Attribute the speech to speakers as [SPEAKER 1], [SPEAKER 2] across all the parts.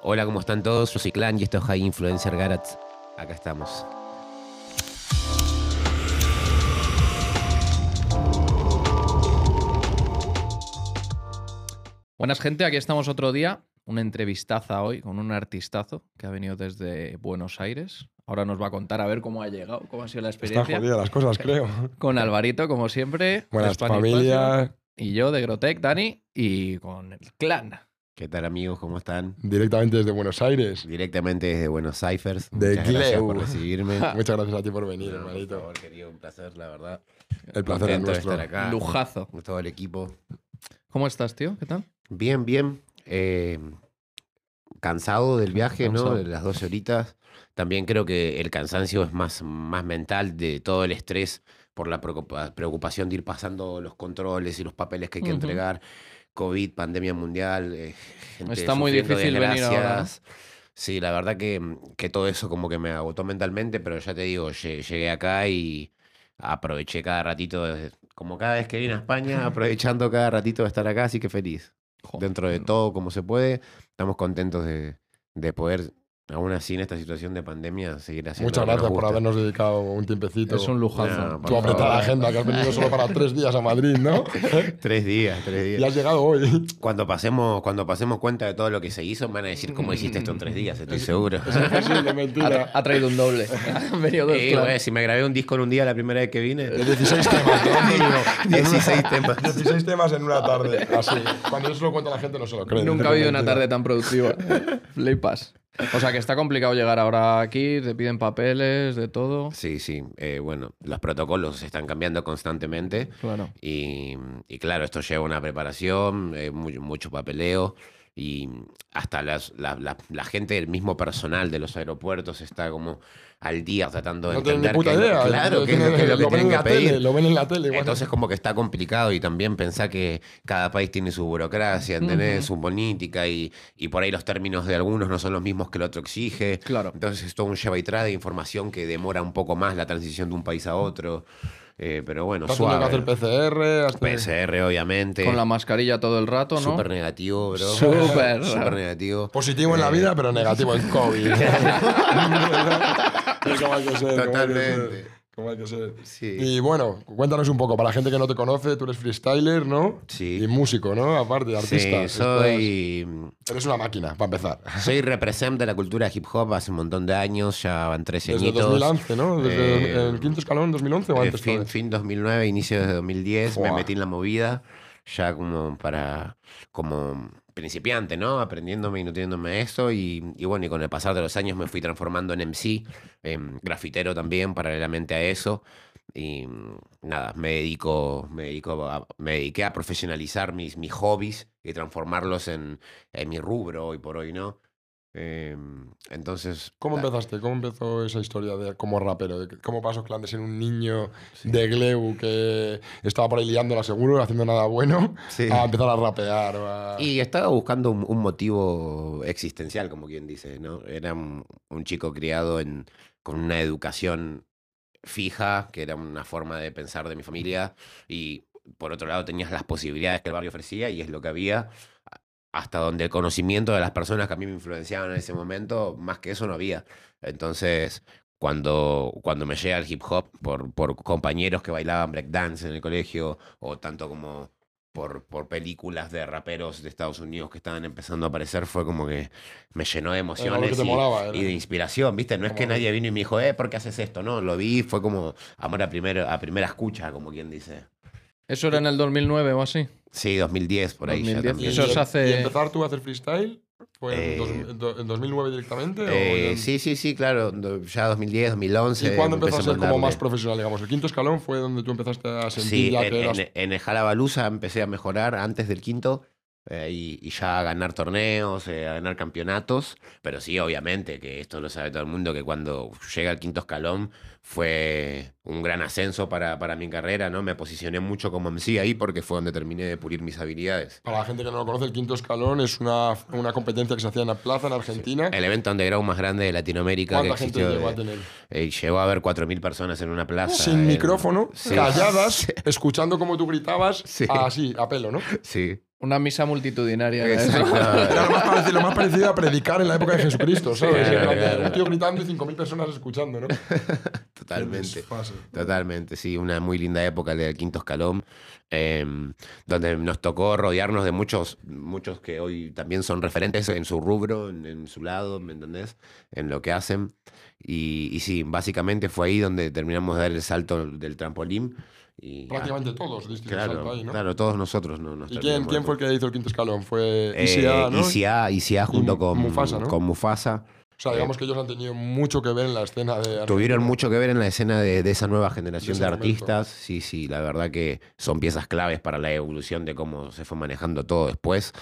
[SPEAKER 1] Hola, ¿cómo están todos? Yo soy Clan y esto es High Influencer Garage. Acá estamos.
[SPEAKER 2] Buenas gente, aquí estamos otro día. Una entrevistaza hoy con un artistazo que ha venido desde Buenos Aires. Ahora nos va a contar a ver cómo ha llegado, cómo ha sido la
[SPEAKER 3] Están
[SPEAKER 2] experiencia.
[SPEAKER 3] jodidas las cosas, creo.
[SPEAKER 2] Con Alvarito, como siempre.
[SPEAKER 3] Buenas,
[SPEAKER 2] Spanish Passion,
[SPEAKER 3] familia.
[SPEAKER 2] Y yo de Grotec, Dani, y con el clan.
[SPEAKER 1] ¿Qué tal, amigos? ¿Cómo están?
[SPEAKER 3] Directamente desde Buenos Aires.
[SPEAKER 1] Directamente desde Buenos Aires.
[SPEAKER 3] De
[SPEAKER 1] Muchas gracias
[SPEAKER 3] Gleu.
[SPEAKER 1] por recibirme.
[SPEAKER 3] Muchas gracias a ti por venir,
[SPEAKER 1] Ah. No, por
[SPEAKER 3] hermanito.
[SPEAKER 1] favor, querido, un placer, la verdad.
[SPEAKER 3] El placer es
[SPEAKER 1] Contento de
[SPEAKER 3] nuestro.
[SPEAKER 1] estar acá.
[SPEAKER 2] Lujazo.
[SPEAKER 1] Con todo el equipo.
[SPEAKER 2] ¿Cómo estás, tío? ¿Qué tal?
[SPEAKER 1] Bien, bien. Eh, cansado del viaje,
[SPEAKER 2] Cansado.
[SPEAKER 1] ¿no? De las 12 horitas. También creo que el cansancio es más, más mental de todo el estrés por la preocupa- preocupación de ir pasando los controles y los papeles que hay que
[SPEAKER 2] Ujú.
[SPEAKER 1] entregar. COVID, pandemia mundial. eh, gente
[SPEAKER 2] Está muy
[SPEAKER 1] sufriendo
[SPEAKER 2] difícil venir ahora,
[SPEAKER 1] desgracias. Sí, la verdad que, que todo eso como que me agotó mentalmente, pero ya te digo, lle- llegué acá y aproveché cada ratito, de- como cada vez que vine a España, aprovechando cada ratito de estar acá, así que feliz
[SPEAKER 2] Joder,
[SPEAKER 1] dentro de todo como se puede. Estamos contentos de, de poder, aún así en esta situación de pandemia, seguir haciendo
[SPEAKER 3] Muchas
[SPEAKER 1] lo que nos
[SPEAKER 3] gracias por
[SPEAKER 1] gusta.
[SPEAKER 3] habernos dedicado un tiempecito.
[SPEAKER 2] Es un lujazo.
[SPEAKER 1] No, por
[SPEAKER 3] Tu apretada
[SPEAKER 1] favor.
[SPEAKER 3] agenda, que has venido solo para tres días a Madrid, ¿no?
[SPEAKER 1] Tres días, tres
[SPEAKER 3] y
[SPEAKER 1] días.
[SPEAKER 3] has llegado hoy.
[SPEAKER 1] Cuando pasemos, cuando pasemos cuenta de todo lo que se hizo, me van a decir
[SPEAKER 2] Mm.
[SPEAKER 1] cómo hiciste esto en tres días, estoy seguro.
[SPEAKER 3] Es imposible,
[SPEAKER 2] ha, tra-
[SPEAKER 3] mentira.
[SPEAKER 2] ha traído un doble. Han venido dos.
[SPEAKER 1] Eh,
[SPEAKER 2] clan.
[SPEAKER 1] güey, si me grabé un disco en un día la primera vez que vine,
[SPEAKER 3] De 16 temas, te lo han pedido.
[SPEAKER 1] 16 temas.
[SPEAKER 3] 16 temas en una tarde, así. Cuando yo se lo cuento a la gente no se lo cree.
[SPEAKER 2] Nunca he
[SPEAKER 3] he
[SPEAKER 2] vivido una tarde tan productiva. Flipas. O sea que está complicado llegar ahora aquí, te piden papeles, de todo.
[SPEAKER 1] Sí, sí. eh, bueno, los protocolos se están cambiando constantemente.
[SPEAKER 2] Claro.
[SPEAKER 1] Y, y claro, esto lleva una preparación, eh, mu- mucho, papeleo y hasta las, la, la- la gente, el mismo personal de los aeropuertos está como al día tratando de
[SPEAKER 3] No tengo ni
[SPEAKER 1] entender
[SPEAKER 3] puta
[SPEAKER 1] qué es lo-
[SPEAKER 3] idea.
[SPEAKER 1] claro, qué es
[SPEAKER 3] Tienen-
[SPEAKER 1] lo que, lo que
[SPEAKER 3] ven en
[SPEAKER 1] tienen que
[SPEAKER 3] la tele,
[SPEAKER 1] pedir.
[SPEAKER 3] Lo ven en la tele. igual.
[SPEAKER 1] Entonces como que está complicado y también pensá que cada país tiene su burocracia, ¿entendés? Su política y, y por ahí los términos de algunos no son los mismos que el otro exige.
[SPEAKER 2] Claro.
[SPEAKER 1] Entonces es todo un lleva y trae de información que demora un poco más la transición de un país a otro. Eh, pero bueno,
[SPEAKER 3] Has tenido que
[SPEAKER 1] suave.
[SPEAKER 3] hacer PCR. has tenido-
[SPEAKER 1] PCR, eh, obviamente.
[SPEAKER 2] Pues, Con la mascarilla todo el rato, ¿no?
[SPEAKER 1] Súper negativo, bro.
[SPEAKER 2] Súper.
[SPEAKER 1] Súper negativo.
[SPEAKER 3] Positivo
[SPEAKER 1] Eh,
[SPEAKER 3] en la vida, pero negativo en COVID. Es como hay que ser, como hay que ser,
[SPEAKER 1] Totalmente.
[SPEAKER 3] como hay que ser.
[SPEAKER 1] Sí.
[SPEAKER 3] Y bueno, cuéntanos un poco, para la gente que no te conoce, tú eres freestyler, ¿no?
[SPEAKER 1] Sí.
[SPEAKER 3] Y músico, ¿no? Aparte,
[SPEAKER 1] Sí,
[SPEAKER 3] artista.
[SPEAKER 1] soy,
[SPEAKER 3] Estás- Eres una máquina, para empezar.
[SPEAKER 1] soy represent de la cultura hip hop hace un montón de años, ya van 13
[SPEAKER 3] Desde
[SPEAKER 1] añitos.
[SPEAKER 3] 2011, ¿no? Desde
[SPEAKER 1] Eh,
[SPEAKER 3] el quinto escalón, 2011 o
[SPEAKER 1] Eh,
[SPEAKER 3] antes.
[SPEAKER 1] fin,
[SPEAKER 3] todavía?
[SPEAKER 1] fin 2009, inicios de 2010, me
[SPEAKER 3] Buah.
[SPEAKER 1] metí en la movida, ya como para, como principiante, ¿no? Aprendiéndome y nutriéndome de eso y, y bueno, y con el pasar de los años me fui transformando en MC, em, grafitero también, paralelamente a eso. Y mm, nada, me dedico, me dedico a- me dediqué a profesionalizar mis, mis hobbies y transformarlos en, en mi rubro hoy por hoy, ¿no? Em, entonces. ah,
[SPEAKER 3] ¿Cómo
[SPEAKER 1] la-
[SPEAKER 3] empezaste? ¿Cómo empezó esa historia de como rapero? De ¿Cómo pasó Clan de ser un niño de Gleu que estaba por ahí liándola seguro, no haciendo nada bueno,
[SPEAKER 1] Sí.
[SPEAKER 3] a empezar a rapear? o a-
[SPEAKER 1] Y estaba buscando un, un motivo existencial, como quien dice, ¿no? Era un, un chico criado en, con una educación fija, que era una forma de pensar de mi familia, y por otro lado tenías las posibilidades que el barrio ofrecía, y es lo que había, hasta donde el conocimiento de las personas que a mí me influenciaban en ese momento, más que eso no había. Entonces, cuando, cuando me llega el hip hop por, por compañeros que bailaban breakdance en el colegio, o tanto como por, por películas de raperos de Estados Unidos que estaban empezando a aparecer, fue como que me llenó de
[SPEAKER 3] que te
[SPEAKER 1] emociones y,
[SPEAKER 3] molaba, era.
[SPEAKER 1] y de inspiración, ¿viste? No es que
[SPEAKER 3] Como-
[SPEAKER 1] nadie vino y me dijo, eh, ¿por qué haces esto? No, lo vi, fue como amor a, primer, a primera escucha, como quien dice.
[SPEAKER 2] Eso era en el 2009 o así.
[SPEAKER 1] Sí, 2010, por ahí ya
[SPEAKER 2] 2010.
[SPEAKER 1] también.
[SPEAKER 2] Eso es hace-
[SPEAKER 3] ¿Y empezar tú a hacer freestyle? ¿Fue en,
[SPEAKER 1] Eh,
[SPEAKER 3] dos- en do- en 2009 directamente? o
[SPEAKER 1] Eh,
[SPEAKER 3] en-
[SPEAKER 1] sí, sí, sí, claro. do- Ya 2010, 2011.
[SPEAKER 3] ¿Y cuándo empezó a
[SPEAKER 1] empecé
[SPEAKER 3] ser como
[SPEAKER 1] mandarle.
[SPEAKER 3] más profesional, digamos? El quinto escalón fue donde tú empezaste a sentir
[SPEAKER 1] Sí,
[SPEAKER 3] ya
[SPEAKER 1] en,
[SPEAKER 3] que eras...
[SPEAKER 1] en- en el Jalabalusa empecé a mejorar antes del quinto eh, y, y ya a ganar torneos, eh, a ganar campeonatos. Pero sí, obviamente, que esto lo sabe todo el mundo, que cuando llega al quinto escalón fue un gran ascenso para, para mi carrera, ¿no? Me posicioné mucho como MC ahí porque fue donde terminé de pulir mis habilidades.
[SPEAKER 3] Para la gente que no lo conoce, el quinto escalón es una, una competencia que se hacía en la plaza en Argentina.
[SPEAKER 1] El evento underground más grande de Latinoamérica que
[SPEAKER 3] ¿Cuánta gente
[SPEAKER 1] existió.
[SPEAKER 3] llegó
[SPEAKER 1] eh,
[SPEAKER 3] a tener?
[SPEAKER 1] eh, llegó a haber 4.000 personas en una plaza.
[SPEAKER 3] Sin
[SPEAKER 1] en-
[SPEAKER 3] micrófono,
[SPEAKER 1] Sí.
[SPEAKER 3] calladas, escuchando cómo tú gritabas,
[SPEAKER 1] Sí.
[SPEAKER 3] así, a pelo, ¿no?
[SPEAKER 1] Sí.
[SPEAKER 2] Una misa multitudinaria. era eso.
[SPEAKER 3] Era lo más, parecido, lo más parecido a predicar en la época de Jesucristo,
[SPEAKER 1] Ah,
[SPEAKER 3] ¿sabes?
[SPEAKER 1] Sí,
[SPEAKER 3] En plan,
[SPEAKER 1] claro,
[SPEAKER 3] Un tío gritando y 5.000 personas escuchando, ¿no?
[SPEAKER 1] Totalmente.
[SPEAKER 3] Es fácil.
[SPEAKER 1] Totalmente, sí, una muy linda época la del quinto escalón, em, donde nos tocó rodearnos de muchos, muchos que hoy también son referentes en su rubro, en, en su lado, ¿me entendés? En lo que hacen. Y, y sí, básicamente fue ahí donde terminamos de dar el salto del trampolín. Y,
[SPEAKER 3] Prácticamente todos disteis el
[SPEAKER 1] claro,
[SPEAKER 3] salto ahí, ¿no?
[SPEAKER 1] claro, todos nosotros no, nos
[SPEAKER 3] ¿Y quién,
[SPEAKER 1] terminamos de
[SPEAKER 3] quién fue el que hizo el quinto escalón? Fue
[SPEAKER 1] Eh,
[SPEAKER 3] ICA, ¿no?
[SPEAKER 1] ICA, ICA junto
[SPEAKER 3] Mu-
[SPEAKER 1] con
[SPEAKER 3] Mufasa, ¿no?
[SPEAKER 1] Con Mufasa.
[SPEAKER 3] O sea, digamos que ellos han tenido mucho que ver en la escena de...
[SPEAKER 1] Tuvieron mucho que ver en la escena de, de esa nueva generación
[SPEAKER 3] ese
[SPEAKER 1] de,
[SPEAKER 3] momento.
[SPEAKER 1] artistas. Sí, sí, la verdad que son piezas claves para la evolución de cómo se fue manejando todo después.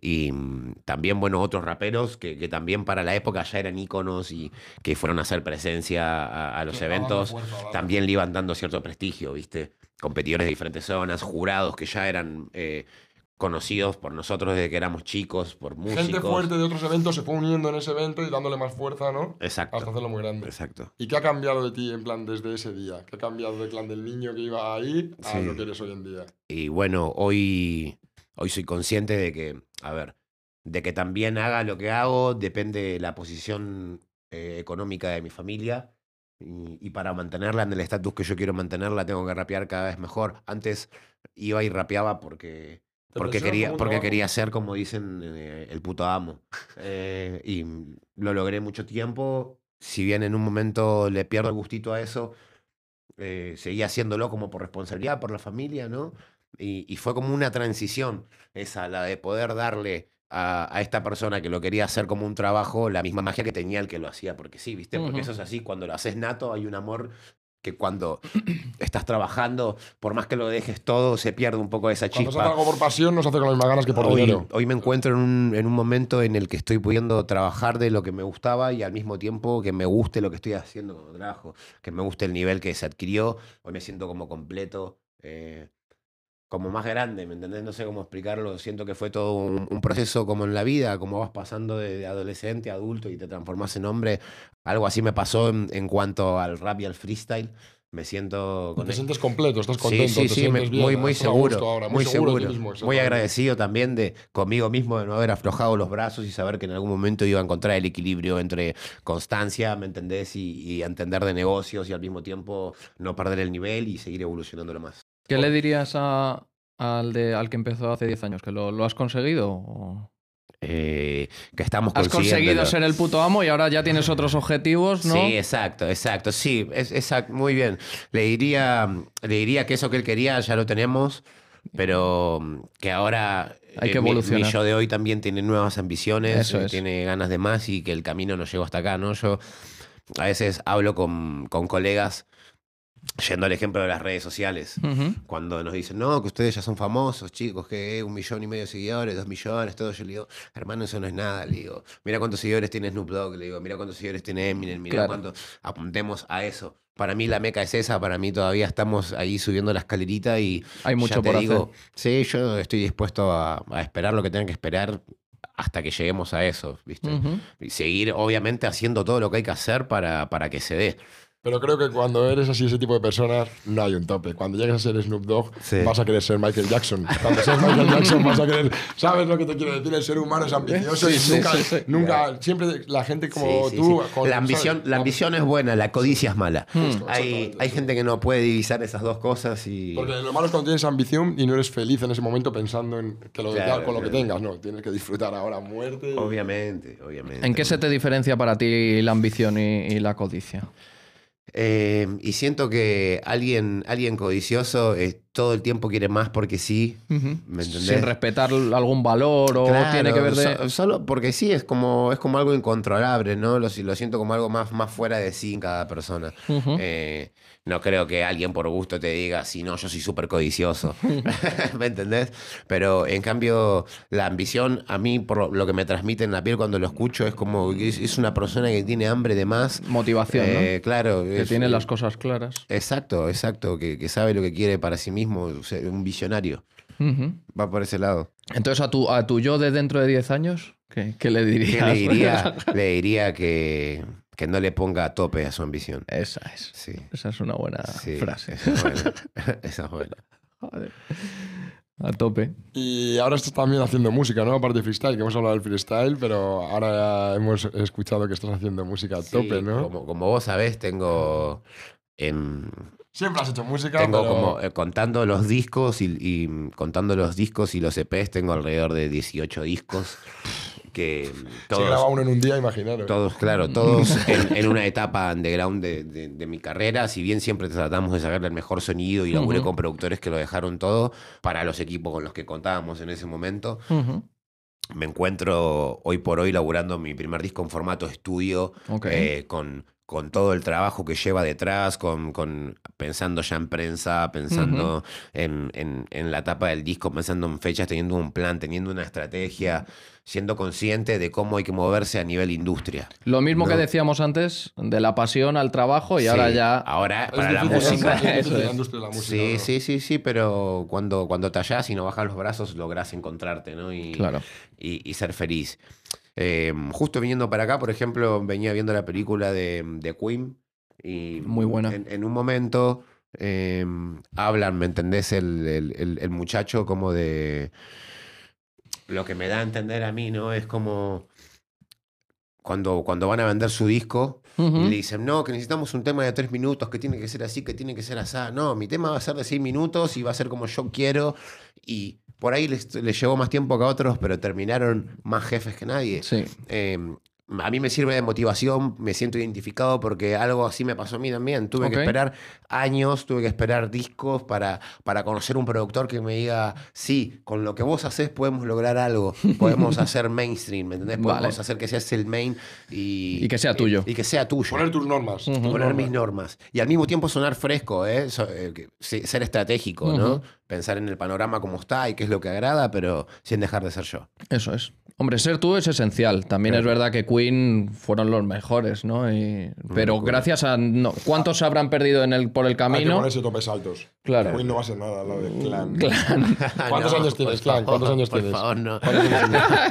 [SPEAKER 1] Y mm, también, bueno, otros raperos que, que también para la época ya eran íconos y que fueron a hacer presencia a, a los
[SPEAKER 3] Que estaban
[SPEAKER 1] eventos,
[SPEAKER 3] de acuerdo, ¿vale?
[SPEAKER 1] también le iban dando cierto prestigio, ¿viste? Competidores de diferentes zonas, jurados que ya eran eh, conocidos por nosotros desde que éramos chicos, por músicos.
[SPEAKER 3] Gente fuerte de otros eventos se fue uniendo en ese evento y dándole más fuerza, ¿no? Hasta
[SPEAKER 1] Exacto,
[SPEAKER 3] hacerlo muy grande.
[SPEAKER 1] exacto.
[SPEAKER 3] ¿Y qué ha cambiado de ti en plan desde ese día? ¿Qué ha cambiado del clan del niño que iba ahí a
[SPEAKER 1] Sí.
[SPEAKER 3] lo que eres hoy en día?
[SPEAKER 1] Y bueno, hoy, hoy soy consciente de que, a ver, de que también haga lo que hago, depende de la posición eh, económica de mi familia. Y, y para mantenerla en el estatus que yo quiero mantenerla, tengo que rapear cada vez mejor. Antes iba y rapeaba porque
[SPEAKER 3] Te
[SPEAKER 1] porque
[SPEAKER 3] presionas
[SPEAKER 1] quería,
[SPEAKER 3] como un
[SPEAKER 1] porque
[SPEAKER 3] trabajo.
[SPEAKER 1] quería ser, como dicen, eh, el puto amo. Eh, y mm, lo logré mucho tiempo. Si bien en un momento le pierdo el gustito a eso, eh, seguí haciéndolo como por responsabilidad, por la familia, ¿no? Y, y fue como una transición esa, la de poder darle a, a esta persona que lo quería hacer como un trabajo la misma magia que tenía el que lo hacía, porque sí, ¿viste? Porque
[SPEAKER 2] Ujú.
[SPEAKER 1] eso es así, cuando lo haces nato hay un amor que cuando estás trabajando, por más que lo dejes todo, se pierde un poco esa
[SPEAKER 3] Cuando se
[SPEAKER 1] chispa.
[SPEAKER 3] hace algo por pasión, no se hace con las mismas ganas que por
[SPEAKER 1] Hoy,
[SPEAKER 3] dinero.
[SPEAKER 1] hoy me encuentro en un, en un momento en el que estoy pudiendo trabajar de lo que me gustaba y al mismo tiempo que me guste lo que estoy haciendo como trabajo, que me guste el nivel que se adquirió. Hoy me siento como completo, eh, como más grande, ¿me entendés? No sé cómo explicarlo. Siento que fue todo un, un proceso como en la vida, como vas pasando de, de adolescente a adulto y te transformas en hombre. Algo así me pasó en, en cuanto al rap y al freestyle. Me siento
[SPEAKER 3] Te
[SPEAKER 1] con
[SPEAKER 3] sientes completo, estás
[SPEAKER 1] Sí,
[SPEAKER 3] contento,
[SPEAKER 1] sí,
[SPEAKER 3] te
[SPEAKER 1] sí, me-
[SPEAKER 3] sientes bien,
[SPEAKER 1] muy,
[SPEAKER 3] ¿no?
[SPEAKER 1] muy
[SPEAKER 3] Estás a
[SPEAKER 1] seguro,
[SPEAKER 3] gusto ahora,
[SPEAKER 1] muy
[SPEAKER 3] seguro de ti
[SPEAKER 1] seguro,
[SPEAKER 3] mismo,
[SPEAKER 1] muy
[SPEAKER 3] exactamente.
[SPEAKER 1] agradecido también de conmigo mismo de no haber aflojado los brazos y saber que en algún momento iba a encontrar el equilibrio entre constancia, ¿me entendés? Y, y entender de negocios y al mismo tiempo no perder el nivel y seguir evolucionándolo más.
[SPEAKER 2] ¿Qué le dirías a- al, de, al que empezó hace 10 años? ¿Que lo, lo has conseguido? o-
[SPEAKER 1] Eh, que estamos
[SPEAKER 2] Has conseguido
[SPEAKER 1] consiguiéndolo.
[SPEAKER 2] ser el puto amo y ahora ya tienes otros objetivos, ¿no?
[SPEAKER 1] Sí, exacto, exacto. Sí, es, exact- muy bien. Le diría, le diría que eso que él quería ya lo tenemos, pero mm, que ahora eh,
[SPEAKER 2] Hay que
[SPEAKER 1] mi- Mi,
[SPEAKER 2] evolucionar.
[SPEAKER 1] yo de hoy también tiene nuevas ambiciones,
[SPEAKER 2] Eso
[SPEAKER 1] eh,
[SPEAKER 2] es.
[SPEAKER 1] tiene ganas de más y que el camino nos lleva hasta acá, ¿no? Yo a veces hablo con, con colegas, yendo al ejemplo de las redes sociales
[SPEAKER 2] Ujú.
[SPEAKER 1] cuando nos dicen, no, que ustedes ya son famosos, chicos, que eh, un millón y medio de seguidores, dos millones, todo, yo le digo, hermano, eso no es nada, le digo, mira cuántos seguidores tiene Snoop Dogg, le digo, mira cuántos seguidores tiene Eminem, mira
[SPEAKER 2] Claro.
[SPEAKER 1] cuánto, apuntemos a eso. Para mí la meca es esa, para mí todavía estamos ahí subiendo la escalerita y
[SPEAKER 2] Hay mucho
[SPEAKER 1] ya te
[SPEAKER 2] por
[SPEAKER 1] digo, sí, yo estoy dispuesto a, a esperar lo que tengan que esperar hasta que lleguemos a eso, ¿viste?
[SPEAKER 2] hacer. Ujú.
[SPEAKER 1] Y seguir, obviamente, haciendo todo lo que hay que hacer para, para que se dé.
[SPEAKER 3] Pero creo que cuando eres así, ese tipo de personas, no hay un tope. Cuando llegas a ser Snoop Dogg,
[SPEAKER 1] Sí.
[SPEAKER 3] vas a querer ser Michael Jackson. Cuando seas Michael Jackson, vas a querer. ¿Sabes lo que te quiero decir? El ser humano es ambicioso
[SPEAKER 2] Sí,
[SPEAKER 3] y
[SPEAKER 2] sí,
[SPEAKER 3] nunca.
[SPEAKER 2] sí, sí.
[SPEAKER 3] nunca siempre la gente como
[SPEAKER 1] Sí, sí,
[SPEAKER 3] tú.
[SPEAKER 1] sí.
[SPEAKER 3] con-
[SPEAKER 1] la, ambición,
[SPEAKER 3] ¿sabes?
[SPEAKER 1] la ambición es buena, la codicia es mala.
[SPEAKER 2] Hmm.
[SPEAKER 3] Justo,
[SPEAKER 1] Hay,
[SPEAKER 3] exactamente,
[SPEAKER 1] hay
[SPEAKER 3] sí.
[SPEAKER 1] gente que no puede divisar esas dos cosas y...
[SPEAKER 3] Porque lo malo es cuando tienes ambición y no eres feliz en ese momento pensando en que lo
[SPEAKER 1] Claro,
[SPEAKER 3] con lo que
[SPEAKER 1] claro.
[SPEAKER 3] tengas. No, tienes que disfrutar ahora a muerte. y-
[SPEAKER 1] Obviamente, obviamente.
[SPEAKER 2] ¿En qué se te diferencia para ti la ambición y, y la codicia?
[SPEAKER 1] Eh, y siento que alguien, alguien codicioso eh, todo el tiempo quiere más porque sí. ¿Me entendés?
[SPEAKER 2] Sin respetar algún valor o
[SPEAKER 1] Claro,
[SPEAKER 2] tiene que ver de...
[SPEAKER 1] so- solo porque sí, es como, es como algo incontrolable, ¿no? Lo, si- lo siento como algo más, más fuera de sí en cada persona.
[SPEAKER 2] Ujú.
[SPEAKER 1] Eh, no creo que alguien por gusto te diga, si no, yo soy súper codicioso. ¿Me entendés? Pero en cambio, la ambición, a mí, por lo- lo que me transmite en la piel cuando lo escucho, es como, es, es una persona que tiene hambre de más.
[SPEAKER 2] Motivación, ¿no?
[SPEAKER 1] Eh, Claro.
[SPEAKER 2] Que
[SPEAKER 1] es-
[SPEAKER 2] tiene las cosas claras.
[SPEAKER 1] Exacto, exacto, que, que sabe lo que quiere para sí mismo, o sea, un visionario.
[SPEAKER 2] Ujú.
[SPEAKER 1] Va por ese lado.
[SPEAKER 2] Entonces, a tu, a tu yo de dentro de 10 años, ¿qué, qué le
[SPEAKER 1] ¿Qué
[SPEAKER 2] dirías?
[SPEAKER 1] le diría? le diría que, que no le ponga a tope a su ambición.
[SPEAKER 2] Esa es.
[SPEAKER 1] Sí.
[SPEAKER 3] Ah,
[SPEAKER 2] Esa es una buena
[SPEAKER 1] sí,
[SPEAKER 2] frase.
[SPEAKER 1] Esa es buena. Esa es buena.
[SPEAKER 2] Joder. a tope.
[SPEAKER 3] Y ahora estás también haciendo música, ¿no? Aparte de freestyle, que hemos hablado del freestyle, pero ahora ya hemos escuchado que estás haciendo música a
[SPEAKER 1] Sí,
[SPEAKER 3] tope, ¿no?
[SPEAKER 1] Como, como vos sabés, tengo. em,
[SPEAKER 3] Siempre has hecho música,
[SPEAKER 1] tengo
[SPEAKER 3] pero-
[SPEAKER 1] como. eh, contando los discos y, y contando los discos y los EPs, tengo alrededor de 18 discos. Que em,
[SPEAKER 3] Se
[SPEAKER 1] todos,
[SPEAKER 3] graba uno en un día, imaginaros.
[SPEAKER 1] Todos, claro, todos en, en una etapa underground de, de- de mi carrera, si bien siempre tratamos de sacarle el mejor sonido y laburé
[SPEAKER 2] Ujú.
[SPEAKER 1] con productores que lo dejaron todo para los equipos con los que contábamos en ese momento,
[SPEAKER 2] Ujú.
[SPEAKER 1] me encuentro hoy por hoy laburando mi primer disco en formato estudio,
[SPEAKER 2] Ok.
[SPEAKER 1] eh, con, con todo el trabajo que lleva detrás, con, con pensando ya en prensa, pensando en, en- en la etapa del disco, pensando en fechas, teniendo un plan, teniendo una estrategia, siendo consciente de cómo hay que moverse a nivel industria.
[SPEAKER 2] Lo mismo que
[SPEAKER 1] no.
[SPEAKER 2] decíamos antes, de la pasión al trabajo y
[SPEAKER 1] Sí, Ah,
[SPEAKER 2] ahora ya.
[SPEAKER 1] Ahora,
[SPEAKER 3] Es
[SPEAKER 1] para la
[SPEAKER 3] difícil,
[SPEAKER 1] música.
[SPEAKER 3] es difícil
[SPEAKER 2] eso
[SPEAKER 3] la
[SPEAKER 2] es.
[SPEAKER 3] industria de la música,
[SPEAKER 1] Sí,
[SPEAKER 3] ¿no?
[SPEAKER 1] sí, sí, sí, pero cuando, cuando tallás y no bajas los brazos, lográs encontrarte, ¿no? Y,
[SPEAKER 2] Claro.
[SPEAKER 1] y, y ser feliz. Eh, justo viniendo para acá, por ejemplo, venía viendo la película de, de Queen. Y
[SPEAKER 2] Muy buena.
[SPEAKER 1] En, en un momento eh, hablan, ¿me entendés? El, el- el- el muchacho como de... Lo que me da a entender a mí, ¿no? Es como... Cuando, cuando van a vender su disco, y
[SPEAKER 2] Ujú.
[SPEAKER 1] le dicen, no, que necesitamos un tema de tres minutos, que tiene que ser así, que tiene que ser así. No, mi tema va a ser de seis minutos y va a ser como yo quiero. Y por ahí les, les llevó más tiempo que a otros, pero terminaron más jefes que nadie.
[SPEAKER 2] Sí.
[SPEAKER 1] Eh, a mí me sirve de motivación, me siento identificado porque algo así me pasó a mí también. Tuve
[SPEAKER 2] Ok.
[SPEAKER 1] que esperar años, tuve que esperar discos para, para conocer un productor que me diga, sí, con lo que vos haces podemos lograr algo, podemos hacer mainstream, ¿me entendés? Podemos
[SPEAKER 2] Vale.
[SPEAKER 1] hacer que seas el main y,
[SPEAKER 2] Y que sea tuyo.
[SPEAKER 1] Y, que sea tuyo.
[SPEAKER 3] Poner tus normas.
[SPEAKER 2] Ujú.
[SPEAKER 3] tus
[SPEAKER 1] Poner
[SPEAKER 3] normas.
[SPEAKER 1] mis normas. Y al mismo tiempo sonar fresco, ¿eh? So- eh, que- se- ser estratégico, ¿no?
[SPEAKER 2] Ujú.
[SPEAKER 1] Pensar en el panorama como está y qué es lo que agrada, pero sin dejar de ser yo.
[SPEAKER 2] Eso es. Hombre, ser tú es esencial. También es verdad que Queen fueron los mejores, ¿no? Y- pero
[SPEAKER 1] claro.
[SPEAKER 2] gracias a. No, ¿Cuántos se habrán perdido en el, por
[SPEAKER 1] Ah,
[SPEAKER 2] el
[SPEAKER 3] Hay que
[SPEAKER 2] camino?
[SPEAKER 3] ponerse topes altos.
[SPEAKER 2] Claro.
[SPEAKER 3] Queen no va a ser nada, la de Clan.
[SPEAKER 2] Claro.
[SPEAKER 3] ¿Cuántos años tienes, Clan? ¿Cuántos años
[SPEAKER 1] Ah, por
[SPEAKER 3] tienes?
[SPEAKER 1] favor, no.
[SPEAKER 3] ¿Cuántos años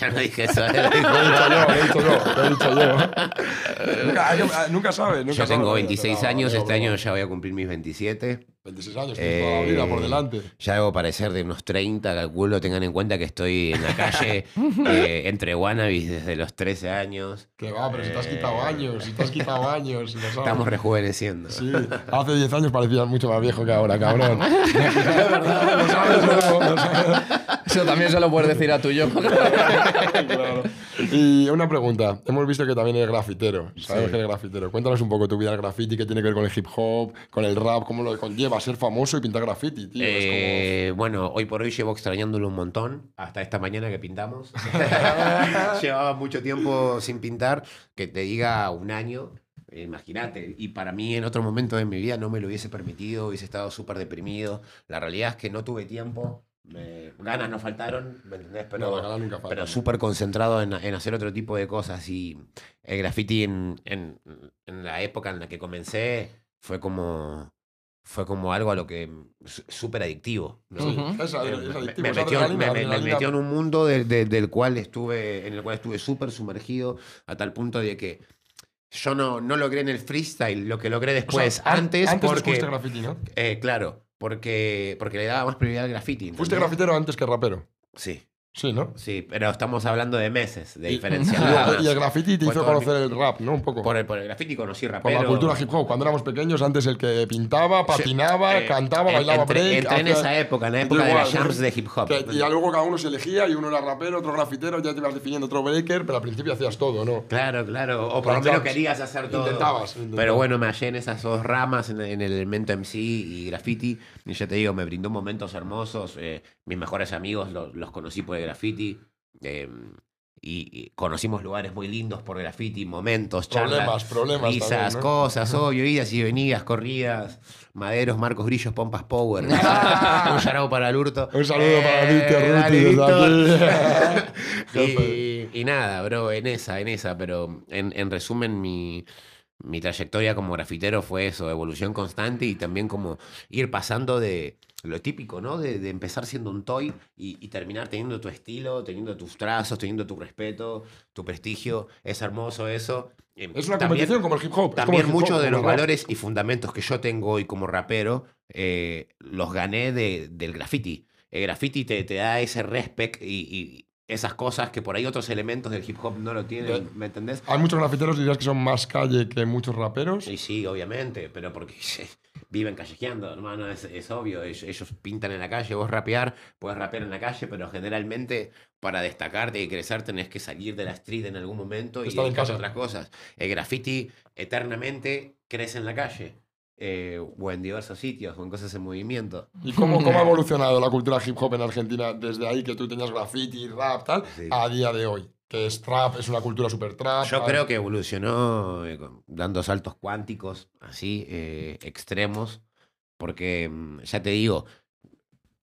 [SPEAKER 1] ya no dije eso. eh.
[SPEAKER 3] Lo he dicho yo, lo he dicho yo, lo he dicho yo. nunca, hay que- ah, nunca sabes, nunca
[SPEAKER 1] Yo
[SPEAKER 3] sabes.
[SPEAKER 1] tengo
[SPEAKER 3] No,
[SPEAKER 1] 26
[SPEAKER 3] no,
[SPEAKER 1] años,
[SPEAKER 3] no,
[SPEAKER 1] este
[SPEAKER 3] no.
[SPEAKER 1] año ya voy a cumplir mis 27.
[SPEAKER 3] 26 años, tienes toda la vida por
[SPEAKER 1] Eh,
[SPEAKER 3] delante.
[SPEAKER 1] Ya debo parecer de unos 30, calculo, tengan en cuenta que estoy en la calle eh, entre wannabes desde los 13 años.
[SPEAKER 3] Que va, pero si te has quitado años, si te has quitado años. si lo sabes.
[SPEAKER 1] Estamos rejuveneciendo.
[SPEAKER 3] Ah. Sí, hace 10 años parecías mucho más viejo que ahora, cabrón. Es verdad, lo sabes, lo- lo sabes.
[SPEAKER 2] Eso también se lo puedes decir a tu yo.
[SPEAKER 1] Pues
[SPEAKER 3] Claro. Y una pregunta. Hemos visto que también eres grafitero. Sabemos que eres grafitero. Cuéntanos un poco tu vida al graffiti, qué tiene que ver con el hip hop, con el rap, cómo lo conlleva ser famoso y pintar graffiti, tío. Es como-
[SPEAKER 1] Eh, Bueno, hoy por hoy llevo extrañándolo un montón, hasta esta mañana que pintamos. Llevaba mucho tiempo sin pintar, que te diga un año, eh, imagínate. Y para mí en otro momento de mi vida no me lo hubiese permitido, hubiese estado súper deprimido. La realidad es que no tuve tiempo, me- ganas no faltaron, ¿me entendés?
[SPEAKER 3] No,
[SPEAKER 1] Pero,
[SPEAKER 3] la cara nunca falta.
[SPEAKER 1] pero súper concentrado en, en hacer otro tipo de cosas. Y el graffiti en, en- en la época en la que comencé fue como, fue como algo a lo que s- súper adictivo. ¿no?
[SPEAKER 3] Sí,
[SPEAKER 2] Ujú.
[SPEAKER 3] es
[SPEAKER 1] Eh,
[SPEAKER 3] adre- es
[SPEAKER 1] me-
[SPEAKER 3] adictivo,
[SPEAKER 1] Me
[SPEAKER 3] es
[SPEAKER 1] metió, me-
[SPEAKER 3] adrenalina,
[SPEAKER 1] me- me
[SPEAKER 3] adrenalina.
[SPEAKER 1] metió en un mundo del- del- del cual estuve, en el cual estuve súper sumergido a tal punto de que yo no, no logré en el freestyle lo que logré
[SPEAKER 3] O sea,
[SPEAKER 1] después.
[SPEAKER 3] an-
[SPEAKER 1] antes,
[SPEAKER 3] antes
[SPEAKER 1] porque,
[SPEAKER 3] fuiste graffiti, ¿no?
[SPEAKER 1] eh, claro, porque, porque le daba más prioridad al graffiti.
[SPEAKER 3] Fuiste
[SPEAKER 1] ¿entendés?
[SPEAKER 3] grafitero antes que rapero.
[SPEAKER 1] Sí,
[SPEAKER 3] Sí, ¿no?
[SPEAKER 1] sí, pero estamos hablando de meses de
[SPEAKER 3] Y-
[SPEAKER 1] diferencia.
[SPEAKER 3] Y,
[SPEAKER 1] nada
[SPEAKER 3] el- y
[SPEAKER 1] más.
[SPEAKER 3] el graffiti te
[SPEAKER 1] Fue
[SPEAKER 3] hizo
[SPEAKER 1] todo el
[SPEAKER 3] conocer el rap, ¿no? Un poco.
[SPEAKER 1] Por el, por el graffiti conocí
[SPEAKER 3] Por
[SPEAKER 1] raperos.
[SPEAKER 3] la cultura hip hop. Cuando éramos pequeños, antes el que pintaba, patinaba,
[SPEAKER 1] Eh,
[SPEAKER 3] cantaba,
[SPEAKER 1] en-
[SPEAKER 3] bailaba
[SPEAKER 1] entré-
[SPEAKER 3] break.
[SPEAKER 1] entré en
[SPEAKER 3] hacía-
[SPEAKER 1] esa época, en la
[SPEAKER 3] Yo
[SPEAKER 1] época de las
[SPEAKER 3] igual.
[SPEAKER 1] jams de pues. hip hop.
[SPEAKER 3] Que- y ya luego cada uno se elegía y uno era rapero, otro grafitero, ya te ibas definiendo otro breaker, pero al principio hacías todo, ¿no?
[SPEAKER 1] Claro, claro. O por lo menos querías hacer todo.
[SPEAKER 3] Intentabas, intentabas.
[SPEAKER 1] Pero bueno, me hallé en esas dos ramas, en, en el elemento MC y graffiti. Y ya te digo, me brindó momentos hermosos. eh, mis mejores amigos lo- los conocí por el graffiti. eh, y, y conocimos lugares muy lindos por graffiti, momentos, charlas.
[SPEAKER 3] Problemas, problemas
[SPEAKER 1] risas,
[SPEAKER 3] también, ¿no?
[SPEAKER 1] cosas, obvio, idas y venidas, corridas, maderos, marcos, grillos, pompas, power. Un saludo para el hurto.
[SPEAKER 3] Un saludo para Víctor Ruti
[SPEAKER 1] dale,
[SPEAKER 3] desde
[SPEAKER 1] Víctor.
[SPEAKER 3] aquí.
[SPEAKER 1] Y, y nada, bro, en esa, en esa, pero en, en resumen, mi, mi trayectoria como grafitero fue eso, evolución constante y también como ir pasando de lo típico, ¿no? De, de empezar siendo un toy y, y terminar teniendo tu estilo, teniendo tus trazos, teniendo tu respeto, tu prestigio. Es hermoso eso. Eh,
[SPEAKER 3] Es una
[SPEAKER 1] también-
[SPEAKER 3] competición como el hip hop. es como el
[SPEAKER 1] también
[SPEAKER 3] hip hop,
[SPEAKER 1] muchos
[SPEAKER 3] como
[SPEAKER 1] de
[SPEAKER 3] el
[SPEAKER 1] los
[SPEAKER 3] rap.
[SPEAKER 1] valores y fundamentos que yo tengo hoy como rapero eh, los gané de- del graffiti. el graffiti te, te da ese respect y, y esas cosas que por ahí otros elementos del hip hop no lo tienen,
[SPEAKER 3] Ya.
[SPEAKER 1] ¿me entendés?
[SPEAKER 3] Hay muchos grafiteros dirías que son más calle que muchos raperos.
[SPEAKER 1] Sí, sí, obviamente, pero porque viven callejeando, hermano, es, es obvio. Ellos, ellos pintan en la calle, vos rapear, puedes rapear en la calle, pero generalmente para destacarte y crecer tenés que salir de la street en algún momento y
[SPEAKER 3] Estar en
[SPEAKER 1] dedicarse
[SPEAKER 3] casa.
[SPEAKER 1] a otras cosas. El graffiti eternamente crece en la calle. eh, o en diversos sitios, o en cosas en movimiento.
[SPEAKER 3] ¿Y cómo,
[SPEAKER 1] Mm.
[SPEAKER 3] cómo ha evolucionado la cultura hip hop en Argentina desde ahí que tú tenías graffiti, rap, tal,
[SPEAKER 1] Sí.
[SPEAKER 3] a día de hoy? Que es trap, es una cultura super trap.
[SPEAKER 1] Yo creo que evolucionó eh, con- dando saltos cuánticos, así, eh, extremos, porque mm, ya te digo,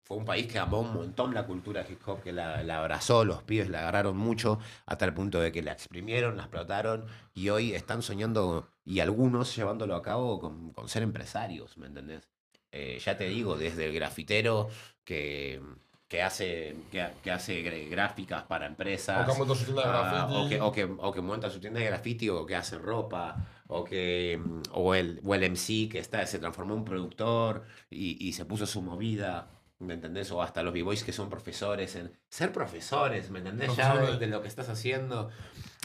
[SPEAKER 1] fue un país que amó un montón la cultura hip hop, que la, la abrazó, los pibes la agarraron mucho, hasta el punto de que la exprimieron, la explotaron, y hoy están soñando, y algunos llevándolo a cabo con, con ser empresarios, ¿me entendés? Eh, ya te digo, desde el grafitero que, que hace, que, que hace gra- gráficas para
[SPEAKER 3] O
[SPEAKER 1] empresas.
[SPEAKER 3] que ha montado su tienda de
[SPEAKER 1] Ah,
[SPEAKER 3] graffiti.
[SPEAKER 1] o, que, o, que, o que monta su tienda de graffiti o que hacen ropa o que mm, o el, o el MC que está, se transformó en productor y, y se puso su movida ¿me entendés? o hasta los b-boys que son profesores en ser profesores ¿me entendés? ya de,
[SPEAKER 3] Profesores.
[SPEAKER 1] de lo que estás haciendo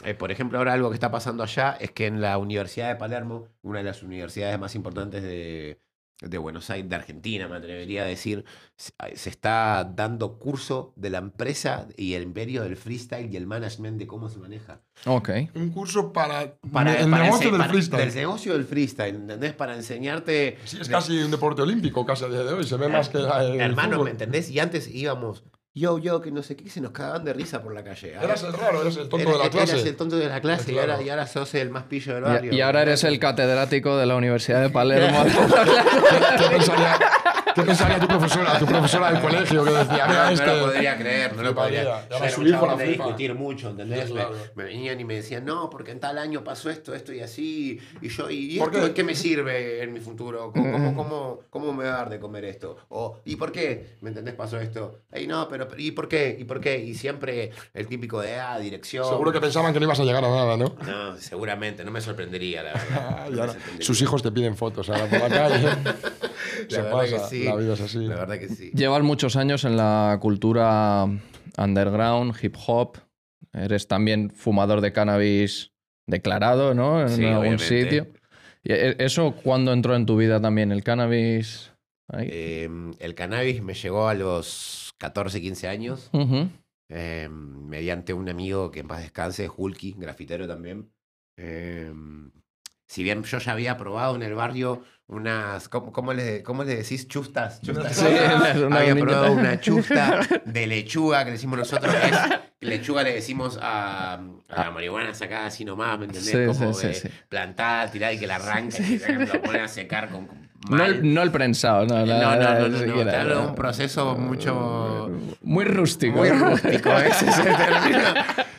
[SPEAKER 1] Eh, por ejemplo ahora algo que está pasando allá es que en la Universidad de Palermo una de las universidades más importantes de de Buenos Aires, de Argentina, me atrevería a decir, se ah, se está dando curso de la empresa y el imperio del freestyle y el management de cómo se maneja.
[SPEAKER 2] Ok.
[SPEAKER 3] Un curso para,
[SPEAKER 1] Para,
[SPEAKER 3] el
[SPEAKER 1] para
[SPEAKER 3] negocio
[SPEAKER 1] ense-
[SPEAKER 3] del
[SPEAKER 1] para-
[SPEAKER 3] freestyle.
[SPEAKER 1] Del negocio del freestyle, ¿entendés? Para enseñarte...
[SPEAKER 3] Sí, es casi un deporte olímpico, casi a día de hoy. Se ve más que. el
[SPEAKER 1] Hermano,
[SPEAKER 3] fútbol.
[SPEAKER 1] ¿me entendés? Y antes íbamos, yo, yo, que no sé qué, y se nos cagaban de risa por la calle. Ahora-
[SPEAKER 3] Eras el raro, eras el tonto
[SPEAKER 1] ¿eh? era-
[SPEAKER 3] de la
[SPEAKER 1] eras
[SPEAKER 3] clase.
[SPEAKER 1] el tonto de la clase y,
[SPEAKER 3] Claro.
[SPEAKER 1] ahora, y ahora sos el más pillo del barrio.
[SPEAKER 2] Y, y ahora eres el catedrático de la Universidad de Palermo.
[SPEAKER 3] ¿Qué pensaría, qué pensaría tu profesora, tu profesora del colegio que decía,
[SPEAKER 1] No,
[SPEAKER 3] mira,
[SPEAKER 1] no
[SPEAKER 3] este.
[SPEAKER 1] lo podría creer, no lo
[SPEAKER 3] Fliparía.
[SPEAKER 1] podría.
[SPEAKER 3] Y ahora
[SPEAKER 1] Yo era
[SPEAKER 3] su
[SPEAKER 1] un
[SPEAKER 3] hijo
[SPEAKER 1] chabón
[SPEAKER 3] la
[SPEAKER 1] de
[SPEAKER 3] flipa.
[SPEAKER 1] discutir mucho, ¿entendés?
[SPEAKER 3] Sí,
[SPEAKER 1] Me-
[SPEAKER 3] claro.
[SPEAKER 1] Me, venían y me decían, no, porque en tal año pasó esto, esto y así, y yo, ¿y
[SPEAKER 3] ¿Por
[SPEAKER 1] esto
[SPEAKER 3] qué? Mm.
[SPEAKER 1] qué? me sirve en mi futuro? ¿Cómo, cómo, cómo, cómo me va a dar de comer esto? O, ¿y por qué? ¿Me entendés? Pasó esto. Ey, no, pero, pero, ¿y por qué? ¿Y por qué? Y siempre el típico de, ah, dirección.
[SPEAKER 3] Seguro que pensaban que no ibas a llegar a nada, ¿no?
[SPEAKER 1] No, seguramente, no me sorprendería, la verdad.
[SPEAKER 3] Ah,
[SPEAKER 1] No
[SPEAKER 3] y
[SPEAKER 1] me
[SPEAKER 3] ahora
[SPEAKER 1] sorprendería.
[SPEAKER 3] sus hijos te piden fotos ahora por la calle. Se
[SPEAKER 1] verdad
[SPEAKER 3] pasa,
[SPEAKER 1] que sí.
[SPEAKER 3] la vida es así.
[SPEAKER 1] La verdad que sí.
[SPEAKER 2] Llevas muchos años en la cultura underground, hip hop. Eres también fumador de cannabis declarado, ¿no? En
[SPEAKER 1] Sí,
[SPEAKER 2] algún
[SPEAKER 1] obviamente.
[SPEAKER 2] sitio. ¿Y e- ¿Eso cuándo entró en tu vida también? ¿El cannabis? Ahí.
[SPEAKER 1] Em, el cannabis me llegó a los 14, 15 años.
[SPEAKER 2] Ujú.
[SPEAKER 1] eh, mediante un amigo que en paz descanse, Hulky, grafitero también. Eh, si bien yo ya había probado en el barrio unas, ¿cómo, cómo le, cómo le decís? Chustas. chustas.
[SPEAKER 2] Sí, una- una
[SPEAKER 1] había
[SPEAKER 2] niña.
[SPEAKER 1] probado una chusta de lechuga que le decimos nosotros. que es- lechuga le decimos a, a la marihuana sacada así nomás, ¿me entendés?
[SPEAKER 2] Sí,
[SPEAKER 1] Como
[SPEAKER 2] sí,
[SPEAKER 1] de
[SPEAKER 2] sí, sí.
[SPEAKER 1] plantada, tirar y que la arranca y que lo ponen a secar con... con
[SPEAKER 2] No
[SPEAKER 1] mal. Eh,
[SPEAKER 2] el, no el prensado, no. la-
[SPEAKER 1] No, no, no, no, no,
[SPEAKER 2] siquiera.
[SPEAKER 1] te hablo de un proceso mucho-
[SPEAKER 2] Muy rústico.
[SPEAKER 1] Muy rústico, ese es el término.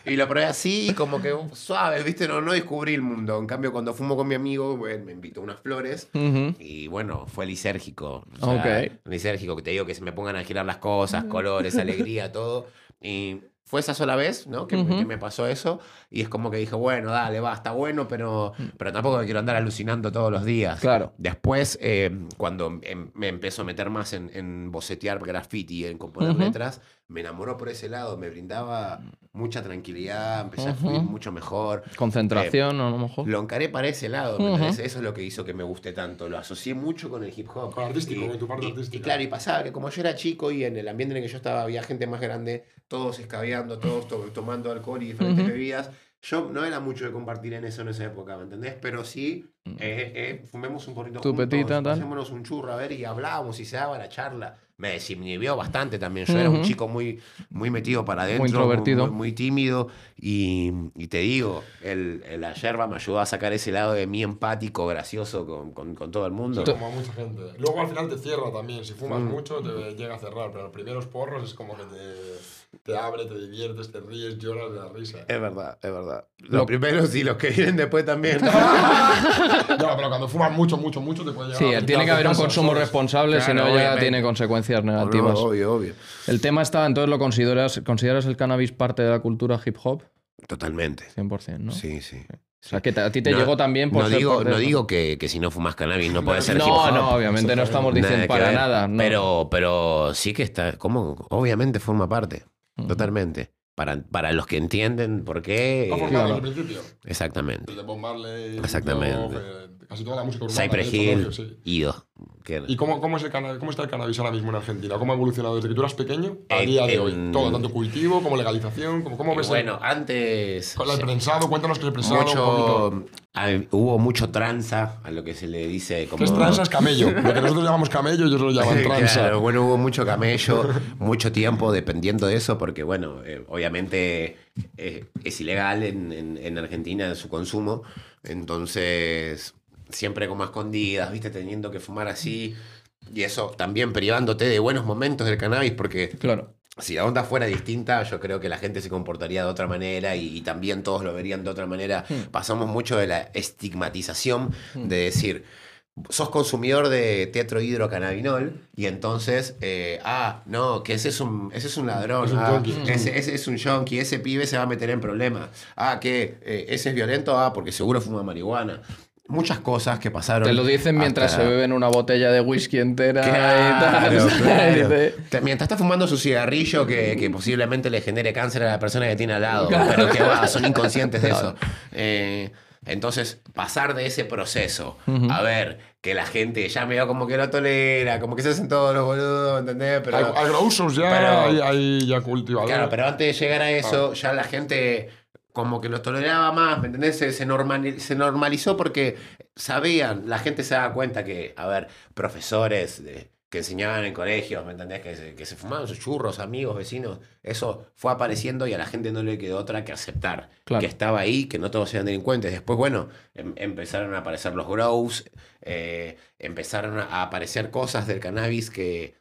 [SPEAKER 1] Y lo probé así, y como que suave, ¿viste? No, no descubrí el mundo. En cambio, cuando fumo con mi amigo, bueno, me invitó unas flores.
[SPEAKER 2] Ujú.
[SPEAKER 1] Y bueno, fue lisérgico. O sea,
[SPEAKER 2] Ok.
[SPEAKER 1] Lisérgico, que te digo que se me pongan a girar las cosas, colores, alegría, todo. Y fue esa sola vez, ¿no? Que, me-
[SPEAKER 2] Ujú.
[SPEAKER 1] que me pasó eso. Y es como que dije, bueno, dale, va, está bueno, pero, pero tampoco quiero andar alucinando todos los días.
[SPEAKER 2] Mm. Claro.
[SPEAKER 1] Después, eh, cuando em- me empezó a meter más en, en bocetear graffiti, en componer
[SPEAKER 2] Ujú.
[SPEAKER 1] letras, me enamoró por ese lado, me brindaba mucha tranquilidad, empecé a fluir
[SPEAKER 2] Ujú.
[SPEAKER 1] mucho mejor.
[SPEAKER 2] Concentración, a lo mejor.
[SPEAKER 1] Eh, Lo encaré para ese lado,
[SPEAKER 2] Ujú.
[SPEAKER 1] me parece. Eso es lo que hizo que me guste tanto. Lo asocié mucho con el hip hop.
[SPEAKER 3] Con artístico,
[SPEAKER 1] Y-
[SPEAKER 3] con tu parte
[SPEAKER 1] y-
[SPEAKER 3] artística.
[SPEAKER 1] Y claro, y pasaba que como yo era chico y en el ambiente en el que yo estaba había gente más grande, todos escabeando, todos to- tomando alcohol y diferentes
[SPEAKER 2] Ujú.
[SPEAKER 1] bebidas. Yo no era mucho de compartir en eso en esa época, ¿me entendés? Pero sí, eh, eh, eh, fumemos un porrito
[SPEAKER 2] Mm. Tu
[SPEAKER 1] juntos,
[SPEAKER 2] petita, tal.
[SPEAKER 1] pasémonos un churro, a ver, y hablábamos y se daba la charla. Me desinhibió bastante también. Yo era un
[SPEAKER 2] Ujú.
[SPEAKER 1] chico muy, muy metido para adentro.
[SPEAKER 2] introvertido.
[SPEAKER 1] muy- muy tímido. Y, y te digo, el, el- la yerba me ayudó a sacar ese lado de mí empático, gracioso con, con- con todo el mundo.
[SPEAKER 3] Sí, como a mucha gente. Luego al final te cierra también. Si fumas
[SPEAKER 1] Mm.
[SPEAKER 3] mucho te llega a cerrar, pero los primeros porros es como que te, te abre, te diviertes, te ríes, lloras de la risa.
[SPEAKER 1] Es verdad, es verdad. Los primeros y los que vienen después también.
[SPEAKER 3] No, pero cuando fumas mucho, mucho, mucho te puede llegar
[SPEAKER 2] Sí,
[SPEAKER 3] a afectar
[SPEAKER 2] tiene que
[SPEAKER 3] a tu
[SPEAKER 2] haber un
[SPEAKER 3] casa,
[SPEAKER 2] consumo
[SPEAKER 3] ¿sabes?
[SPEAKER 2] responsable, si no
[SPEAKER 1] Claro,
[SPEAKER 2] ya
[SPEAKER 1] obviamente.
[SPEAKER 2] tiene consecuencias
[SPEAKER 1] No,
[SPEAKER 2] negativas.
[SPEAKER 1] obvio, obvio.
[SPEAKER 2] El tema está, entonces lo consideras, ¿consideras el cannabis parte de la cultura hip hop?
[SPEAKER 1] Totalmente.
[SPEAKER 2] 100%, ¿no?
[SPEAKER 1] Sí, sí.
[SPEAKER 2] O sea, que te- a ti te llegó también por
[SPEAKER 1] no
[SPEAKER 2] ser
[SPEAKER 1] digo,
[SPEAKER 2] cordero.
[SPEAKER 1] no digo que, que si no fumas cannabis no puedes ser hip
[SPEAKER 2] No,
[SPEAKER 1] hop.
[SPEAKER 2] no, obviamente no estamos
[SPEAKER 1] Nada
[SPEAKER 2] diciendo
[SPEAKER 1] que
[SPEAKER 2] para
[SPEAKER 1] ver.
[SPEAKER 2] nada. no.
[SPEAKER 1] Pero, pero sí que está. ¿Cómo? Obviamente forma parte.
[SPEAKER 2] Ujú.
[SPEAKER 1] Totalmente. Para, para los que entienden por qué.
[SPEAKER 3] Está
[SPEAKER 1] eh,
[SPEAKER 3] formado
[SPEAKER 2] claro.
[SPEAKER 3] al principio.
[SPEAKER 1] Exactamente.
[SPEAKER 3] Desde Bob Marley.
[SPEAKER 1] Exactamente.
[SPEAKER 3] Bob, eh, casi toda la música urbana.
[SPEAKER 1] Cypress
[SPEAKER 3] de hecho,
[SPEAKER 1] Hill,
[SPEAKER 3] obvio, sí.
[SPEAKER 1] Ido. que-
[SPEAKER 3] ¿Y cómo, cómo, es el cannabis- cómo está el cannabis ahora mismo en Argentina? ¿Cómo ha evolucionado desde que tú eras pequeño a
[SPEAKER 1] Eh, En- Eh,
[SPEAKER 3] día de
[SPEAKER 1] en-
[SPEAKER 3] hoy? Todo, tanto cultivo como legalización. Como, ¿Cómo ves el-
[SPEAKER 1] bueno, antes. eh,
[SPEAKER 3] con el prensado? Cuéntanos qué es el prensado. un poquito.
[SPEAKER 1] mucho, hay- hubo mucho tranza a lo que se le dice como.
[SPEAKER 3] ¿Qué es tranza? Es camello. Lo que nosotros llamamos camello, ellos lo llaman tranza.
[SPEAKER 1] Claro, bueno, hubo mucho camello, mucho tiempo dependiendo de eso, porque bueno, eh, obviamente eh, es ilegal en, en- en Argentina su consumo, entonces siempre como a escondidas, viste, teniendo que fumar así, y eso también privándote de buenos momentos del cannabis, porque
[SPEAKER 2] Claro.
[SPEAKER 1] si la onda fuera distinta, yo creo que la gente se comportaría de otra manera y, y también todos lo verían de otra manera.
[SPEAKER 2] Hmm.
[SPEAKER 1] Pasamos mucho de la estigmatización de decir, sos consumidor de tetrohidrocannabinol y entonces, eh, ah, no, que ese es un, ese es un ladrón,
[SPEAKER 3] Es un
[SPEAKER 1] ah,
[SPEAKER 3] junkie.
[SPEAKER 1] ese, ese es un junkie, ese pibe se va a meter en problemas, ah, que eh, ese es violento, ah, porque seguro fuma marihuana. Muchas cosas que pasaron.
[SPEAKER 2] Te lo dicen mientras
[SPEAKER 1] hasta-
[SPEAKER 2] se beben una botella de whisky entera y
[SPEAKER 1] ah, Claro,
[SPEAKER 2] tal.
[SPEAKER 1] claro.
[SPEAKER 2] Dice,
[SPEAKER 1] Te- Mientras está fumando su cigarrillo que, que posiblemente le genere cáncer a la persona que tiene al lado, pero que va, son inconscientes de eso. Eh, entonces, pasar de ese proceso a ver que la gente ya medio como que lo tolera, como que se hacen todos los boludos, ¿entendés? Pero,
[SPEAKER 3] hay, hay grousos ya,
[SPEAKER 1] pero-
[SPEAKER 3] hay, hay ya cultivadores.
[SPEAKER 1] Claro, pero antes de llegar a eso, ya la gente como que lo toleraba más, ¿me entendés? Se, se normali- se normalizó porque sabían, la gente se daba cuenta que, a ver, profesores de- que enseñaban en colegios, ¿me entendés? Que se, que se fumaban sus churros, amigos, vecinos, eso fue apareciendo y a la gente no le quedó otra que aceptar
[SPEAKER 2] Claro.
[SPEAKER 1] que estaba ahí, que no todos eran delincuentes. Después, bueno, em- empezaron a aparecer los grows, eh, empezaron a aparecer cosas del cannabis que,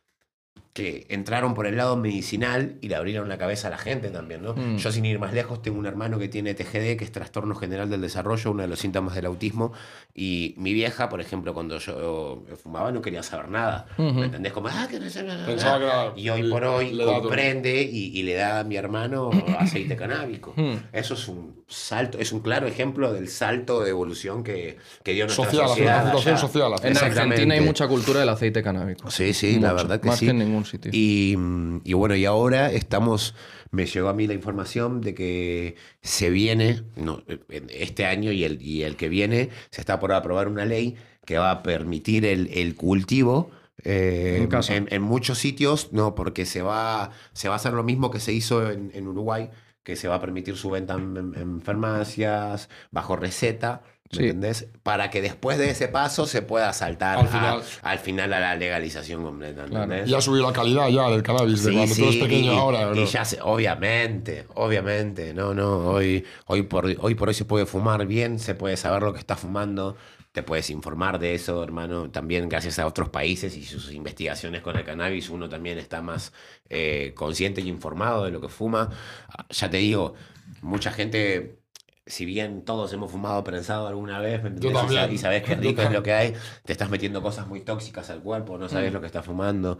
[SPEAKER 1] que entraron por el lado medicinal y le abrieron la cabeza a la gente también, ¿no?
[SPEAKER 2] Mm.
[SPEAKER 1] Yo sin ir más lejos tengo un hermano que tiene TGD, que es trastorno general del desarrollo, uno de los síntomas del autismo, y mi vieja, por ejemplo, cuando yo fumaba no quería saber nada,
[SPEAKER 2] Ujú.
[SPEAKER 1] ¿me entendés? Como, ah, que no sé nada".
[SPEAKER 3] Pensaba que era-
[SPEAKER 1] Y hoy por hoy
[SPEAKER 3] le da todo.
[SPEAKER 1] comprende y, y le da a mi hermano aceite canábico.
[SPEAKER 2] Hmm.
[SPEAKER 1] Eso es un salto, es un claro ejemplo del salto de evolución que, que dio nuestra
[SPEAKER 3] Social, la
[SPEAKER 1] sociedad.
[SPEAKER 3] situación
[SPEAKER 1] allá.
[SPEAKER 3] social, la
[SPEAKER 2] En
[SPEAKER 1] Exactamente.
[SPEAKER 2] Argentina hay mucha cultura del aceite canábico.
[SPEAKER 1] Sí, sí, la
[SPEAKER 2] Mucho,
[SPEAKER 1] verdad que
[SPEAKER 2] más
[SPEAKER 1] sí.
[SPEAKER 2] que en ningún sitio.
[SPEAKER 1] Y, mm, y bueno, y ahora estamos, me llegó a mí la información de que se viene, no, en este año y el, y el que viene, se está por aprobar una ley que va a permitir el, el cultivo. eh,
[SPEAKER 2] En casa.
[SPEAKER 1] en muchos sitios, no, porque se va, se va a hacer lo mismo que se hizo en, en Uruguay, que se va a permitir su venta en, en- en farmacias, bajo receta. ¿Me
[SPEAKER 2] Sí.
[SPEAKER 1] entendés? Para que después de ese paso se pueda saltar
[SPEAKER 3] Al
[SPEAKER 1] a-
[SPEAKER 3] final.
[SPEAKER 1] al final a la legalización completa.
[SPEAKER 2] Claro.
[SPEAKER 1] ¿entendés?
[SPEAKER 3] Y ha subido la calidad ya del cannabis de
[SPEAKER 1] Sí,
[SPEAKER 3] cuando tú eres
[SPEAKER 1] sí,
[SPEAKER 3] pequeño
[SPEAKER 1] y-
[SPEAKER 3] ahora.
[SPEAKER 1] y
[SPEAKER 3] ¿no?
[SPEAKER 1] ya se- obviamente, obviamente. No, no, hoy, hoy, por, hoy por hoy se puede fumar bien, se puede saber lo que estás fumando, te puedes informar de eso, hermano. También gracias a otros países y sus investigaciones con el cannabis, uno también está más eh, consciente y informado de lo que fuma. Ah, Ya te digo, mucha gente... Si bien todos hemos fumado prensado alguna vez, ¿me entendés? Y sa-
[SPEAKER 3] también.
[SPEAKER 1] y sabes qué
[SPEAKER 3] Yo
[SPEAKER 1] rico es
[SPEAKER 3] también.
[SPEAKER 1] lo que hay, te estás metiendo cosas muy tóxicas al cuerpo, no
[SPEAKER 3] Mm.
[SPEAKER 1] sabes lo que estás fumando.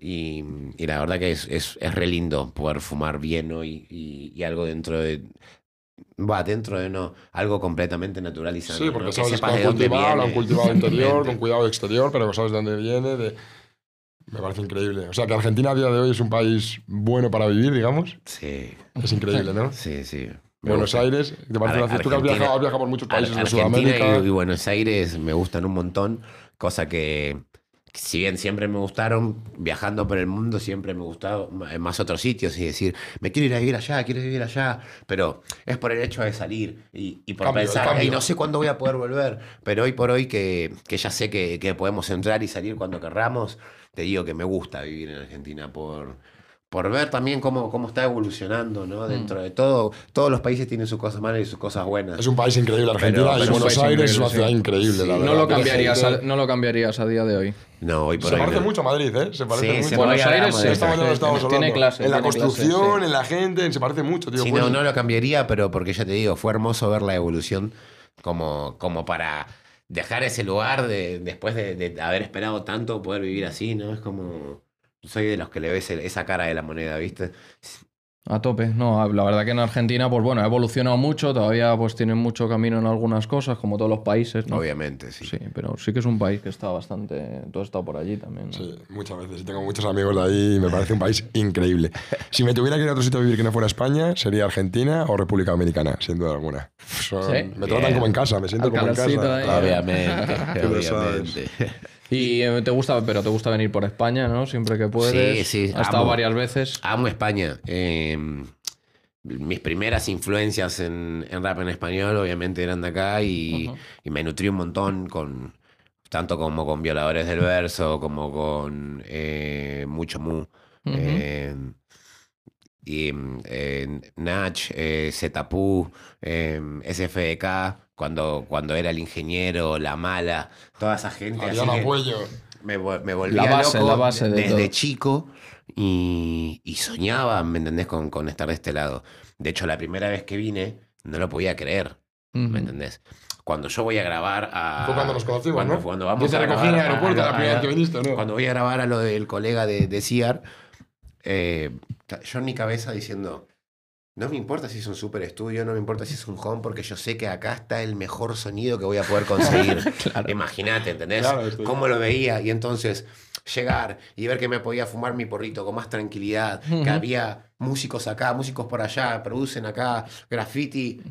[SPEAKER 1] Y, y la verdad que es, es, es re lindo poder fumar bien hoy y, y algo dentro de. Va, dentro de no, algo completamente natural y sano.
[SPEAKER 3] Sí,
[SPEAKER 1] ¿no?
[SPEAKER 3] porque
[SPEAKER 1] Que
[SPEAKER 3] sabes
[SPEAKER 1] sepas
[SPEAKER 3] que
[SPEAKER 1] de
[SPEAKER 3] lo han
[SPEAKER 1] dónde
[SPEAKER 3] cultivado, lo han
[SPEAKER 1] viene.
[SPEAKER 3] cultivado interior, con
[SPEAKER 1] Exactamente.
[SPEAKER 3] cuidado exterior, pero sabes de dónde viene. de- Me parece increíble. O sea, que Argentina a día de hoy es un país bueno para vivir, digamos.
[SPEAKER 1] Sí,
[SPEAKER 3] Es increíble, ¿no?
[SPEAKER 1] sí, sí. Me
[SPEAKER 3] Buenos
[SPEAKER 1] gusta.
[SPEAKER 3] Aires, te parece
[SPEAKER 1] Ar-
[SPEAKER 3] una ciudad- Tú que
[SPEAKER 1] Argentina-
[SPEAKER 3] has viajado, has viajado por muchos países
[SPEAKER 1] Ar-
[SPEAKER 3] de
[SPEAKER 1] Argentina
[SPEAKER 3] Sudamérica.
[SPEAKER 1] y, y Buenos Aires me gustan un montón, cosa que si bien siempre me gustaron, viajando por el mundo siempre me gustado ma- más otros sitios y decir, me quiero ir a vivir allá, quiero vivir allá, pero es por el hecho de salir y, y por
[SPEAKER 3] Cambio, el
[SPEAKER 1] pensar,
[SPEAKER 3] cambio.
[SPEAKER 1] "Ay, no sé cuándo voy a poder volver, pero hoy por hoy que, que ya sé que, que podemos entrar y salir cuando querramos, te digo que me gusta vivir en Argentina por... Por ver también cómo, cómo está evolucionando,
[SPEAKER 3] Mm.
[SPEAKER 1] ¿no? Dentro de todo, todos los países tienen sus cosas malas y sus cosas buenas.
[SPEAKER 3] Es un país increíble, Argentina.
[SPEAKER 1] pero
[SPEAKER 3] y
[SPEAKER 1] es un
[SPEAKER 3] Buenos
[SPEAKER 2] país
[SPEAKER 3] Aires es
[SPEAKER 2] increíble,
[SPEAKER 3] una
[SPEAKER 2] sí.
[SPEAKER 3] ciudad increíble, la verdad.
[SPEAKER 2] No lo,
[SPEAKER 3] Tiene
[SPEAKER 2] cambiarías a,
[SPEAKER 3] gente-
[SPEAKER 2] no lo cambiarías a día de hoy.
[SPEAKER 1] No, hoy por
[SPEAKER 3] Se
[SPEAKER 1] hoy.
[SPEAKER 3] parece
[SPEAKER 1] no.
[SPEAKER 3] mucho a Madrid, ¿eh? Se parece
[SPEAKER 1] Sí,
[SPEAKER 3] mucho.
[SPEAKER 1] se
[SPEAKER 2] Buenos
[SPEAKER 1] Todavía
[SPEAKER 2] Aires
[SPEAKER 1] hablamos
[SPEAKER 2] sí,
[SPEAKER 1] de
[SPEAKER 3] Esta
[SPEAKER 1] eso.
[SPEAKER 3] mañana lo estábamos
[SPEAKER 2] tiene,
[SPEAKER 3] hablando.
[SPEAKER 2] clase.
[SPEAKER 3] en la
[SPEAKER 2] tiene clase,
[SPEAKER 3] construcción,
[SPEAKER 2] sí.
[SPEAKER 3] en la gente, se parece mucho, tío.
[SPEAKER 1] Sí,
[SPEAKER 3] Bueno,
[SPEAKER 1] no, no lo cambiaría, pero porque ya te digo, fue hermoso ver la evolución como, como para dejar ese lugar de, después de, de haber esperado tanto poder vivir así, ¿no? Es como. Soy de los que le ves el- esa cara de la moneda, ¿viste?
[SPEAKER 2] A tope, no, la verdad que en Argentina, pues bueno, ha evolucionado mucho, todavía pues tienen mucho camino en algunas cosas, como todos los
[SPEAKER 3] Mm.
[SPEAKER 2] países, ¿no?
[SPEAKER 1] Obviamente, sí.
[SPEAKER 2] Sí, pero sí que es un país que está bastante. Tú has estado por allí también. ¿no?
[SPEAKER 3] Sí, muchas veces. Y Tengo muchos amigos de ahí y me parece un país increíble. Si me tuviera que ir a otro sitio a vivir que no fuera España, sería Argentina o República Dominicana, sin duda alguna. Son-
[SPEAKER 2] ¿Sí?
[SPEAKER 3] Me tratan
[SPEAKER 1] Bien.
[SPEAKER 3] como en casa, me siento
[SPEAKER 2] Al
[SPEAKER 3] como en casa.
[SPEAKER 2] calorcito ahí.
[SPEAKER 3] Claro.
[SPEAKER 1] Obviamente,
[SPEAKER 3] Tú lo sabes.
[SPEAKER 1] obviamente.
[SPEAKER 2] Y eh, te gusta, pero te gusta venir por España, ¿no? Siempre que puedes.
[SPEAKER 1] Sí, Ah, sí,
[SPEAKER 2] Has estado
[SPEAKER 1] amo.
[SPEAKER 2] varias veces.
[SPEAKER 1] Amo España. Eh, mis primeras influencias en, en rap en español, obviamente, eran de acá y,
[SPEAKER 2] Ujú.
[SPEAKER 1] y me nutrí un montón con. Tanto como con Violadores del Verso, como con eh, Mucho Mu.
[SPEAKER 2] Ujú.
[SPEAKER 1] eh, y mm, eh, Nach, eh, Zetapu, eh, SFDK, cuando, cuando era el ingeniero, la mala, toda esa
[SPEAKER 2] Ah,
[SPEAKER 1] gente. así
[SPEAKER 3] Adriana
[SPEAKER 1] que-
[SPEAKER 3] Puello.
[SPEAKER 1] me, vo- me volvía
[SPEAKER 2] La base,
[SPEAKER 1] loco
[SPEAKER 2] la base de
[SPEAKER 1] desde
[SPEAKER 2] todo.
[SPEAKER 1] chico y, y soñaba, ¿me entendés? Con, con estar de este lado. De hecho, la primera vez que vine no lo podía creer,
[SPEAKER 2] Ujú.
[SPEAKER 1] ¿me entendés? Cuando yo voy a grabar a...
[SPEAKER 3] Fue cuando nos conocimos,
[SPEAKER 1] cuando-
[SPEAKER 3] ¿no?
[SPEAKER 1] Cuando vamos
[SPEAKER 3] Yo te
[SPEAKER 1] a
[SPEAKER 3] recogí en el
[SPEAKER 1] grabar a-
[SPEAKER 3] aeropuerto
[SPEAKER 1] a-
[SPEAKER 3] la primera
[SPEAKER 1] a-
[SPEAKER 3] vez que viniste, ¿o ¿no?
[SPEAKER 1] Cuando voy a grabar a lo del colega de, de CR, eh, ta- yo en mi cabeza diciendo... No me importa si es un super estudio, no me importa si es un home, porque yo sé que acá está el mejor sonido que voy a poder conseguir. Imagínate, ¿entendés?
[SPEAKER 3] Claro, estoy-
[SPEAKER 1] Cómo lo veía. Y entonces llegar y ver que me podía fumar mi porrito con más tranquilidad,
[SPEAKER 2] Ujú.
[SPEAKER 1] que había músicos acá, músicos por allá, producen acá, graffiti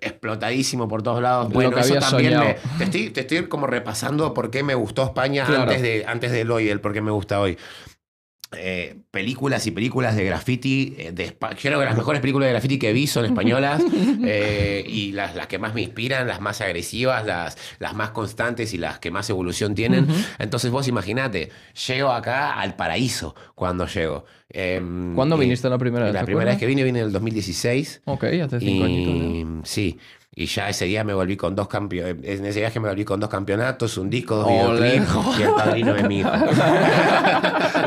[SPEAKER 1] explotadísimo por todos lados.
[SPEAKER 2] Lo
[SPEAKER 1] Bueno,
[SPEAKER 2] que
[SPEAKER 1] eso
[SPEAKER 2] había
[SPEAKER 1] también me-
[SPEAKER 2] soñado.
[SPEAKER 1] te, estoy, te estoy como repasando por qué me gustó España
[SPEAKER 2] Claro.
[SPEAKER 1] antes, de, antes del hoy, el por qué me gusta hoy. Eh, películas y películas de graffiti. eh, de Espa- yo creo que las mejores películas de graffiti que vi son españolas eh, y las, las que más me inspiran, las más agresivas, las, las más constantes y las que más evolución tienen.
[SPEAKER 2] Ujú.
[SPEAKER 1] Entonces vos imaginate, llego acá al paraíso cuando llego. Em,
[SPEAKER 2] ¿Cuándo
[SPEAKER 1] y-
[SPEAKER 2] viniste la primera vez?
[SPEAKER 1] La
[SPEAKER 2] te
[SPEAKER 1] primera vez que
[SPEAKER 2] acuerdas?
[SPEAKER 1] vine, vine en el 2016.
[SPEAKER 2] Ok, hace
[SPEAKER 1] Y,
[SPEAKER 2] cinco añitos.
[SPEAKER 1] sí, y ya ese día me volví con dos campeonatos. En ese viaje me volví con dos campeonatos, un disco, dos
[SPEAKER 2] Ole.
[SPEAKER 1] videoclips y el padrino de mi hijo.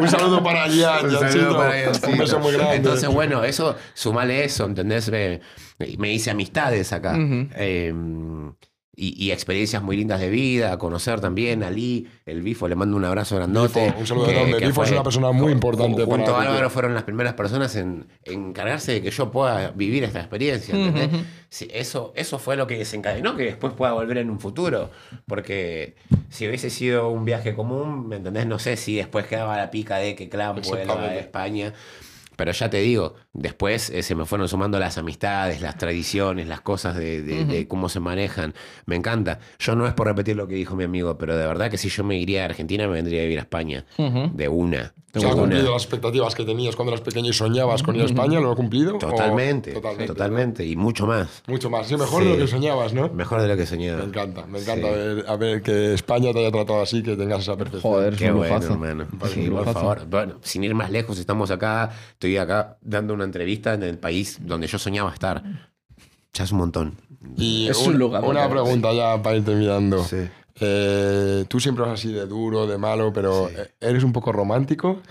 [SPEAKER 3] Un saludo para allá,
[SPEAKER 1] Un saludo para ellos,
[SPEAKER 3] Un beso
[SPEAKER 1] sí.
[SPEAKER 3] muy grande.
[SPEAKER 1] Entonces, bueno, eso, sumale eso, ¿entendés? Me, me hice amistades acá.
[SPEAKER 2] Ujú.
[SPEAKER 1] Eh, y, y experiencias muy lindas de vida, conocer también a Lee, el Bifo, le mando un abrazo grandote.
[SPEAKER 3] Bifo, Oh, un saludo
[SPEAKER 1] que-
[SPEAKER 3] enorme.
[SPEAKER 1] que
[SPEAKER 3] Bifo es
[SPEAKER 1] fue-
[SPEAKER 3] una persona muy
[SPEAKER 1] ju-
[SPEAKER 3] importante
[SPEAKER 1] Junto
[SPEAKER 3] para-
[SPEAKER 1] a Álvaro fueron las primeras personas en en encargarse de que yo pueda vivir esta experiencia, ¿entendés?
[SPEAKER 2] Ujú, ujú.
[SPEAKER 1] Sí, eso, eso fue lo que desencadenó que después pueda volver en un futuro. Porque si hubiese sido un viaje común, ¿me entendés? No sé si después quedaba la pica de que Clan vuelva a
[SPEAKER 3] Exactamente.
[SPEAKER 1] España. Pero ya te digo, después eh, se me fueron sumando las amistades, las tradiciones, las cosas de, de- de cómo se manejan. Me encanta. Yo no es por repetir lo que dijo mi amigo, pero de verdad que si yo me iría a Argentina, me vendría a vivir a España.
[SPEAKER 2] Ujú.
[SPEAKER 1] De una.
[SPEAKER 3] ¿Se
[SPEAKER 1] De
[SPEAKER 3] han
[SPEAKER 1] una.
[SPEAKER 3] cumplido las expectativas que tenías cuando eras pequeño y soñabas con ir a España? ¿Lo ha cumplido? ¿O-
[SPEAKER 1] Totalmente,
[SPEAKER 3] Totalmente.
[SPEAKER 1] totalmente. Y mucho más.
[SPEAKER 3] Mucho más. Sí, mejor
[SPEAKER 1] Sí.
[SPEAKER 3] de lo que soñabas, ¿no?
[SPEAKER 1] Mejor de lo que soñaba.
[SPEAKER 3] Me encanta, me encanta
[SPEAKER 1] Sí.
[SPEAKER 3] ver, a ver que España te haya tratado así, que tengas esa perfección.
[SPEAKER 2] Joder, es
[SPEAKER 1] Qué
[SPEAKER 2] un
[SPEAKER 1] bueno,
[SPEAKER 2] lujazo.
[SPEAKER 1] hermano.
[SPEAKER 2] Es un
[SPEAKER 1] Sí, por
[SPEAKER 2] lujazo.
[SPEAKER 1] favor. Bueno, sin ir más lejos, estamos acá. Estoy acá dando una entrevista en el país donde yo soñaba estar. Ya es un montón.
[SPEAKER 3] Y
[SPEAKER 2] Es un lugar,
[SPEAKER 3] Una
[SPEAKER 2] ¿no?
[SPEAKER 3] pregunta ya para ir terminando. Eh, tú siempre vas así de duro, de malo, pero eh, ¿eres un poco romántico?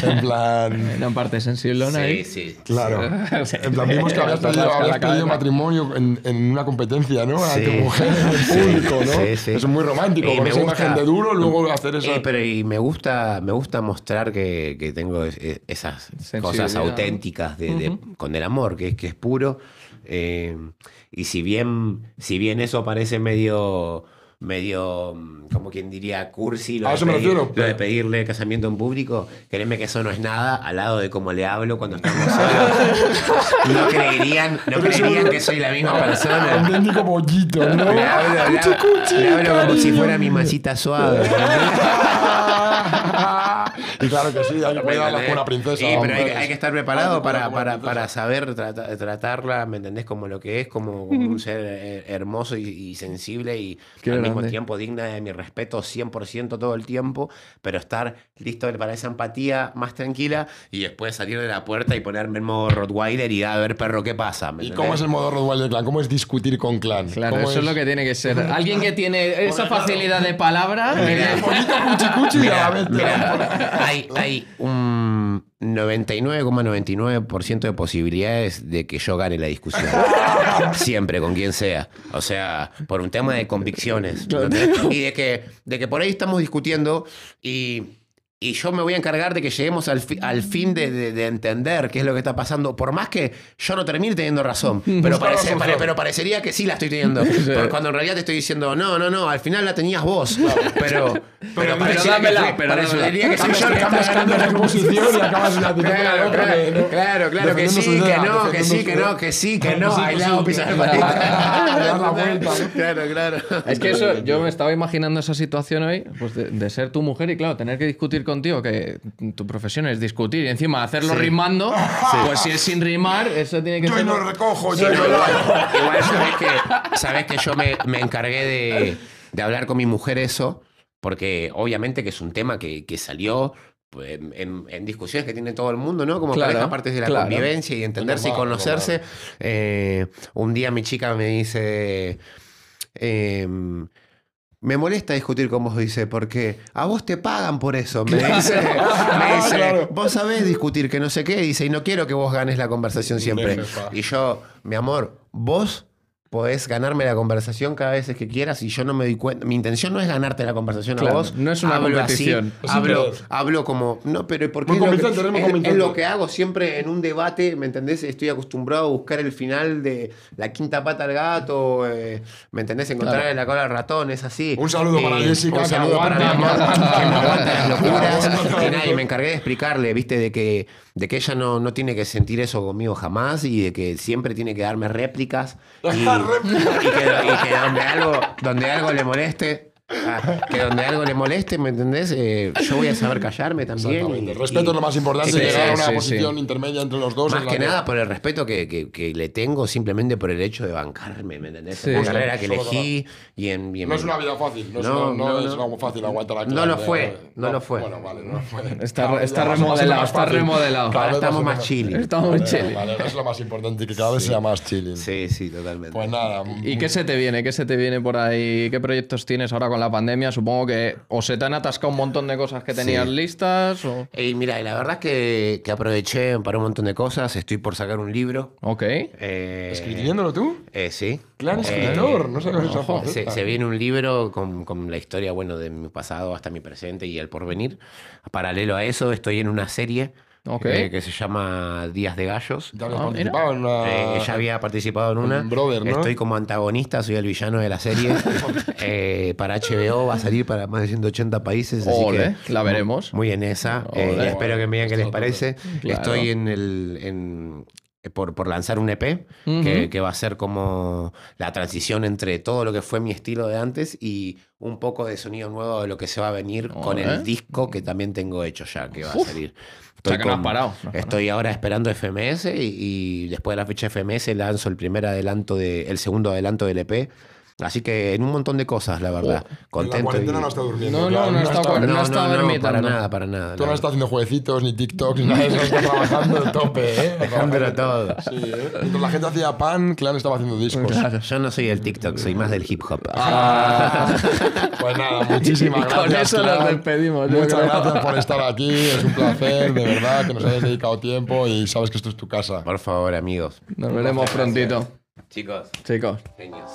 [SPEAKER 3] en plan...
[SPEAKER 2] Una parte sensible
[SPEAKER 1] Sí,
[SPEAKER 2] ahí.
[SPEAKER 1] sí.
[SPEAKER 3] Claro.
[SPEAKER 2] Sí.
[SPEAKER 3] En plan, vimos que habías
[SPEAKER 2] Te
[SPEAKER 3] pedido,
[SPEAKER 2] rasca la
[SPEAKER 3] habías pedido
[SPEAKER 2] cabeza.
[SPEAKER 3] matrimonio en, en una competencia, ¿no? A
[SPEAKER 1] Sí.
[SPEAKER 3] tu mujer, en
[SPEAKER 1] Sí,
[SPEAKER 3] público, ¿no?
[SPEAKER 1] sí, sí.
[SPEAKER 3] Es muy romántico,
[SPEAKER 1] Y
[SPEAKER 3] con
[SPEAKER 1] me
[SPEAKER 3] esa
[SPEAKER 1] gusta-
[SPEAKER 3] imagen de duro, luego hacer eso.
[SPEAKER 1] Eh, pero y me gusta, me gusta mostrar que, que tengo es- e- esas cosas
[SPEAKER 2] Sensibilidad, ¿no?
[SPEAKER 1] auténticas de, de-
[SPEAKER 2] Ujú.
[SPEAKER 1] con el amor, que es que es puro. Eh, y si bien, si bien eso parece medio medio mm, como quien diría cursi lo,
[SPEAKER 3] A
[SPEAKER 1] de,
[SPEAKER 3] eso me
[SPEAKER 1] pedir-
[SPEAKER 3] refiero,
[SPEAKER 1] lo de
[SPEAKER 3] pero-
[SPEAKER 1] pedirle casamiento en público créeme que eso no es nada al lado de cómo le hablo cuando estamos solos no creerían no
[SPEAKER 3] Pero es un-
[SPEAKER 1] creerían que soy la misma persona
[SPEAKER 3] Auténtico bollito, ¿no?
[SPEAKER 1] le hablo, le hablo- le hablo como si fuera mi masita suave
[SPEAKER 3] y claro que sí, hay que cuidarla como una princesa.
[SPEAKER 1] Sí, pero hay,
[SPEAKER 3] hombre.
[SPEAKER 1] que- hay que estar
[SPEAKER 3] Hay
[SPEAKER 1] preparado
[SPEAKER 3] que cuidarla
[SPEAKER 1] para,
[SPEAKER 3] como
[SPEAKER 1] para,
[SPEAKER 3] una princesa.
[SPEAKER 1] para saber trata- tratarla, ¿me entendés? Como lo que es, como un ser eh, hermoso y, y sensible y
[SPEAKER 2] Qué
[SPEAKER 1] al mismo
[SPEAKER 2] grande.
[SPEAKER 1] tiempo digna de mi respeto 100% todo el tiempo, pero estar listo para esa empatía más tranquila y después salir de la puerta y ponerme en modo Rottweiler y a ver, perro, ¿qué pasa? ¿Me
[SPEAKER 3] ¿Y
[SPEAKER 1] entendés?
[SPEAKER 3] cómo es el modo Rottweiler Clan? ¿Cómo es discutir con Clan?
[SPEAKER 2] Claro,
[SPEAKER 3] ¿Cómo
[SPEAKER 2] eso es lo que tiene que ser. Alguien que tiene esa facilidad de palabra.
[SPEAKER 1] Mira.
[SPEAKER 3] Cuchi, cuchi, y a la
[SPEAKER 1] este
[SPEAKER 3] vez te dan por-
[SPEAKER 1] Mira, hay, hay un 99,99% de posibilidades de que yo gane la discusión. Siempre, con quien sea. O sea, por un tema de convicciones. ¿entendés? Y de que, de que por ahí estamos discutiendo y Y yo me voy a encargar de que lleguemos al, fi- al fin de, de- de entender qué es lo que está pasando. Por más que yo no termine teniendo razón. Pero,
[SPEAKER 3] Buscar la
[SPEAKER 1] parece-
[SPEAKER 3] solución.
[SPEAKER 1] pare- pero parecería que sí la estoy teniendo. Porque cuando en realidad te estoy diciendo, no, no, no, al final la tenías vos. Pero, pero, parecería que
[SPEAKER 2] dámela,
[SPEAKER 1] fui-
[SPEAKER 2] pero dámela.
[SPEAKER 1] parecería que soy yo el que
[SPEAKER 3] Cambias,
[SPEAKER 1] está
[SPEAKER 3] cambias la
[SPEAKER 1] ganando.
[SPEAKER 3] composición y acabas en la actitud con la
[SPEAKER 1] Claro,
[SPEAKER 3] otra que,
[SPEAKER 1] claro,
[SPEAKER 3] ¿no?
[SPEAKER 1] claro, claro, que sí,
[SPEAKER 3] Defendiendo
[SPEAKER 1] que
[SPEAKER 3] su idea,
[SPEAKER 1] no, que sí, que
[SPEAKER 3] defendiendo
[SPEAKER 1] no,
[SPEAKER 3] su
[SPEAKER 1] que sí, que
[SPEAKER 3] Bueno,
[SPEAKER 1] no.
[SPEAKER 3] sí,
[SPEAKER 1] Ahí
[SPEAKER 3] sí,
[SPEAKER 1] la hago
[SPEAKER 3] sí,
[SPEAKER 1] pisar
[SPEAKER 3] sí.
[SPEAKER 1] la patita.
[SPEAKER 3] Dar la vuelta, ¿no?
[SPEAKER 1] Claro, claro.
[SPEAKER 2] Es que eso, yo me estaba imaginando esa situación hoy, pues de, de ser tu mujer y claro, tener que discutir contigo, que tu profesión es discutir y encima hacerlo rimando, pues si es sin rimar, eso tiene que
[SPEAKER 3] Yo
[SPEAKER 2] ser...
[SPEAKER 3] no recojo, yo
[SPEAKER 1] Sí,
[SPEAKER 3] no
[SPEAKER 1] no, igual, igual sabes que, sabes que yo me, me encargué de, de hablar con mi mujer eso, porque obviamente que es un tema que, que salió pues, en, en- en discusiones que tiene todo el mundo, ¿no? Como
[SPEAKER 2] Claro,
[SPEAKER 1] pareja, partes de la
[SPEAKER 2] claro.
[SPEAKER 1] convivencia y entenderse y
[SPEAKER 3] Normal,
[SPEAKER 1] conocerse. Eh, un día mi chica me dice... em, me molesta discutir con vos, dice, porque a vos te pagan por eso. Me dice, me
[SPEAKER 2] Ah,
[SPEAKER 1] dice,
[SPEAKER 3] Claro.
[SPEAKER 1] vos sabés discutir que no sé qué, dice, y no quiero que vos ganes la conversación siempre.
[SPEAKER 3] Deje, pa.
[SPEAKER 1] Y yo, mi amor, vos podés ganarme la conversación cada vez que quieras y yo no me doy cuenta. Mi intención no es ganarte la conversación a
[SPEAKER 2] Claro,
[SPEAKER 1] vos.
[SPEAKER 2] no es una
[SPEAKER 1] hablo
[SPEAKER 2] competición.
[SPEAKER 1] así,
[SPEAKER 3] Es
[SPEAKER 1] hablo,
[SPEAKER 3] imperder.
[SPEAKER 1] hablo como, no, pero ¿por qué?
[SPEAKER 3] Muy
[SPEAKER 1] es lo que-
[SPEAKER 3] competente, eres muy
[SPEAKER 1] es- es
[SPEAKER 3] competente.
[SPEAKER 1] lo que hago siempre en un debate, ¿me entendés? Estoy acostumbrado a buscar el final de la quinta pata al gato, eh, ¿me entendés? Encontrar
[SPEAKER 2] Claro.
[SPEAKER 1] en la cola al ratón, es así. Eh,
[SPEAKER 3] Un saludo para Jessica,
[SPEAKER 1] Un
[SPEAKER 3] que
[SPEAKER 1] saludo para mi
[SPEAKER 3] aguanta.
[SPEAKER 1] amor, que me aguanta las locuras.
[SPEAKER 3] Aguanta.
[SPEAKER 1] Y nada, y me encargué de explicarle, viste, de que, de que ella no, no tiene que sentir eso conmigo jamás y de que siempre tiene que darme réplicas. Y, y
[SPEAKER 3] Ah,
[SPEAKER 1] que, y que donde, algo, donde algo le moleste. ah, que donde algo le moleste, ¿me entendés? Eh, yo voy a saber callarme también. y-
[SPEAKER 3] Exactamente. Respeto
[SPEAKER 1] y-
[SPEAKER 3] es lo más importante,
[SPEAKER 1] Sí,
[SPEAKER 3] llegar a una
[SPEAKER 2] sí, sí.
[SPEAKER 3] posición intermedia entre los dos.
[SPEAKER 1] más
[SPEAKER 3] en la
[SPEAKER 1] que nada por el respeto que, que- que le tengo simplemente por el hecho de bancarme, ¿me entendés?
[SPEAKER 2] Sí.
[SPEAKER 1] En la
[SPEAKER 2] Justo,
[SPEAKER 1] carrera que
[SPEAKER 3] solo
[SPEAKER 1] elegí y en... y en-
[SPEAKER 3] No es una vida fácil, no, es,
[SPEAKER 1] No,
[SPEAKER 3] no, no
[SPEAKER 1] no,
[SPEAKER 3] es
[SPEAKER 1] no.
[SPEAKER 3] algo fácil aguantar aquí.
[SPEAKER 1] No lo
[SPEAKER 3] la-
[SPEAKER 1] fue, no lo fue.
[SPEAKER 3] Bueno, vale, no lo fue.
[SPEAKER 2] Está-
[SPEAKER 3] Cada vez
[SPEAKER 2] está
[SPEAKER 3] va a ser más
[SPEAKER 2] remodelado, está
[SPEAKER 3] fácil.
[SPEAKER 2] remodelado.
[SPEAKER 3] Cada
[SPEAKER 1] Ahora
[SPEAKER 3] vez va a
[SPEAKER 1] estamos
[SPEAKER 3] ser
[SPEAKER 1] más chilling.
[SPEAKER 2] Estamos
[SPEAKER 3] Vale,
[SPEAKER 2] chilling.
[SPEAKER 3] Vale, eso es lo más importante, que cada vez sea más chilling.
[SPEAKER 1] Sí, sí, totalmente.
[SPEAKER 3] Pues nada.
[SPEAKER 2] ¿Y qué se te viene? ¿Qué se te viene por ahí? ¿Qué proyectos tienes ahora con la pandemia? Supongo que o se te han atascado un montón de cosas que tenías
[SPEAKER 1] Sí.
[SPEAKER 2] listas o...
[SPEAKER 1] Y mira, y la verdad es que, que aproveché para un montón de cosas. Estoy por sacar un libro.
[SPEAKER 2] Ok.
[SPEAKER 1] eh,
[SPEAKER 3] ¿Escribiéndolo tú?
[SPEAKER 1] eh, sí. Eh,
[SPEAKER 3] Claro, escritor. No sabes esa
[SPEAKER 1] Ojo, se,
[SPEAKER 3] faceta.
[SPEAKER 1] se viene un libro con, con la historia, bueno, de mi pasado hasta mi presente y el porvenir. Paralelo a eso, estoy en una serie
[SPEAKER 2] Ok.
[SPEAKER 1] eh, que se llama Días de Gallos.
[SPEAKER 3] Ya
[SPEAKER 2] Ah,
[SPEAKER 3] habías
[SPEAKER 2] mira.
[SPEAKER 3] participado en una...
[SPEAKER 1] Eh, ella había participado en una.
[SPEAKER 3] Un brother, ¿no?
[SPEAKER 1] Estoy como antagonista, soy el villano de la serie. Eh, para HBO va a salir para más de 180 países. Así
[SPEAKER 2] Ole,
[SPEAKER 1] que
[SPEAKER 2] la veremos.
[SPEAKER 1] Muy en esa.
[SPEAKER 2] Ole.
[SPEAKER 1] Eh, y espero que me digan qué les parece.
[SPEAKER 2] Claro.
[SPEAKER 1] Estoy en el. en- eh, por, por lanzar un EP
[SPEAKER 2] Ujú.
[SPEAKER 1] que, que va a ser como la transición entre todo lo que fue mi estilo de antes y un poco de sonido nuevo de lo que se va a venir con
[SPEAKER 2] Ole.
[SPEAKER 1] el disco que también tengo hecho ya, que va
[SPEAKER 2] Oh, eh. Uf.
[SPEAKER 1] a salir.
[SPEAKER 2] O sea,
[SPEAKER 1] Estoy
[SPEAKER 2] que no has
[SPEAKER 1] con-
[SPEAKER 2] parado, no has parado.
[SPEAKER 1] Estoy ahora esperando FMS y, y después de la fecha FMS lanzo el primer adelanto, de, el segundo adelanto del EP. Así que en un montón de cosas, la
[SPEAKER 2] Oh.
[SPEAKER 1] verdad.
[SPEAKER 3] En la
[SPEAKER 1] Contento.
[SPEAKER 3] cuarentena
[SPEAKER 1] y-
[SPEAKER 3] no está durmiendo.
[SPEAKER 2] No, no,
[SPEAKER 3] claro,
[SPEAKER 2] no está
[SPEAKER 1] no,
[SPEAKER 2] No
[SPEAKER 1] no,
[SPEAKER 2] has estado
[SPEAKER 1] no, para
[SPEAKER 2] ermitando.
[SPEAKER 1] nada, para nada. la
[SPEAKER 3] Tú no
[SPEAKER 1] verdad.
[SPEAKER 3] estás haciendo jueguecitos, ni TikToks, ni nada de eso. Estás trabajando de tope, ¿eh?
[SPEAKER 1] Dejándolo todo.
[SPEAKER 3] Sí, ¿eh? Mientras la gente hacía pan, Clan estaba haciendo discos.
[SPEAKER 1] Yo no soy del TikTok, soy más del hip hop.
[SPEAKER 3] Ah. Pues nada, muchísimas
[SPEAKER 2] Y
[SPEAKER 3] gracias.
[SPEAKER 2] Ah, con eso nos
[SPEAKER 3] Clan.
[SPEAKER 2] despedimos, yo
[SPEAKER 3] Muchas
[SPEAKER 2] creo.
[SPEAKER 3] gracias por estar aquí. Es un placer, de verdad, que nos hayas dedicado tiempo y sabes que esto es tu casa.
[SPEAKER 1] Por favor, amigos.
[SPEAKER 2] Nos veremos prontito.
[SPEAKER 1] Chicos,
[SPEAKER 2] Chicos.
[SPEAKER 1] genios.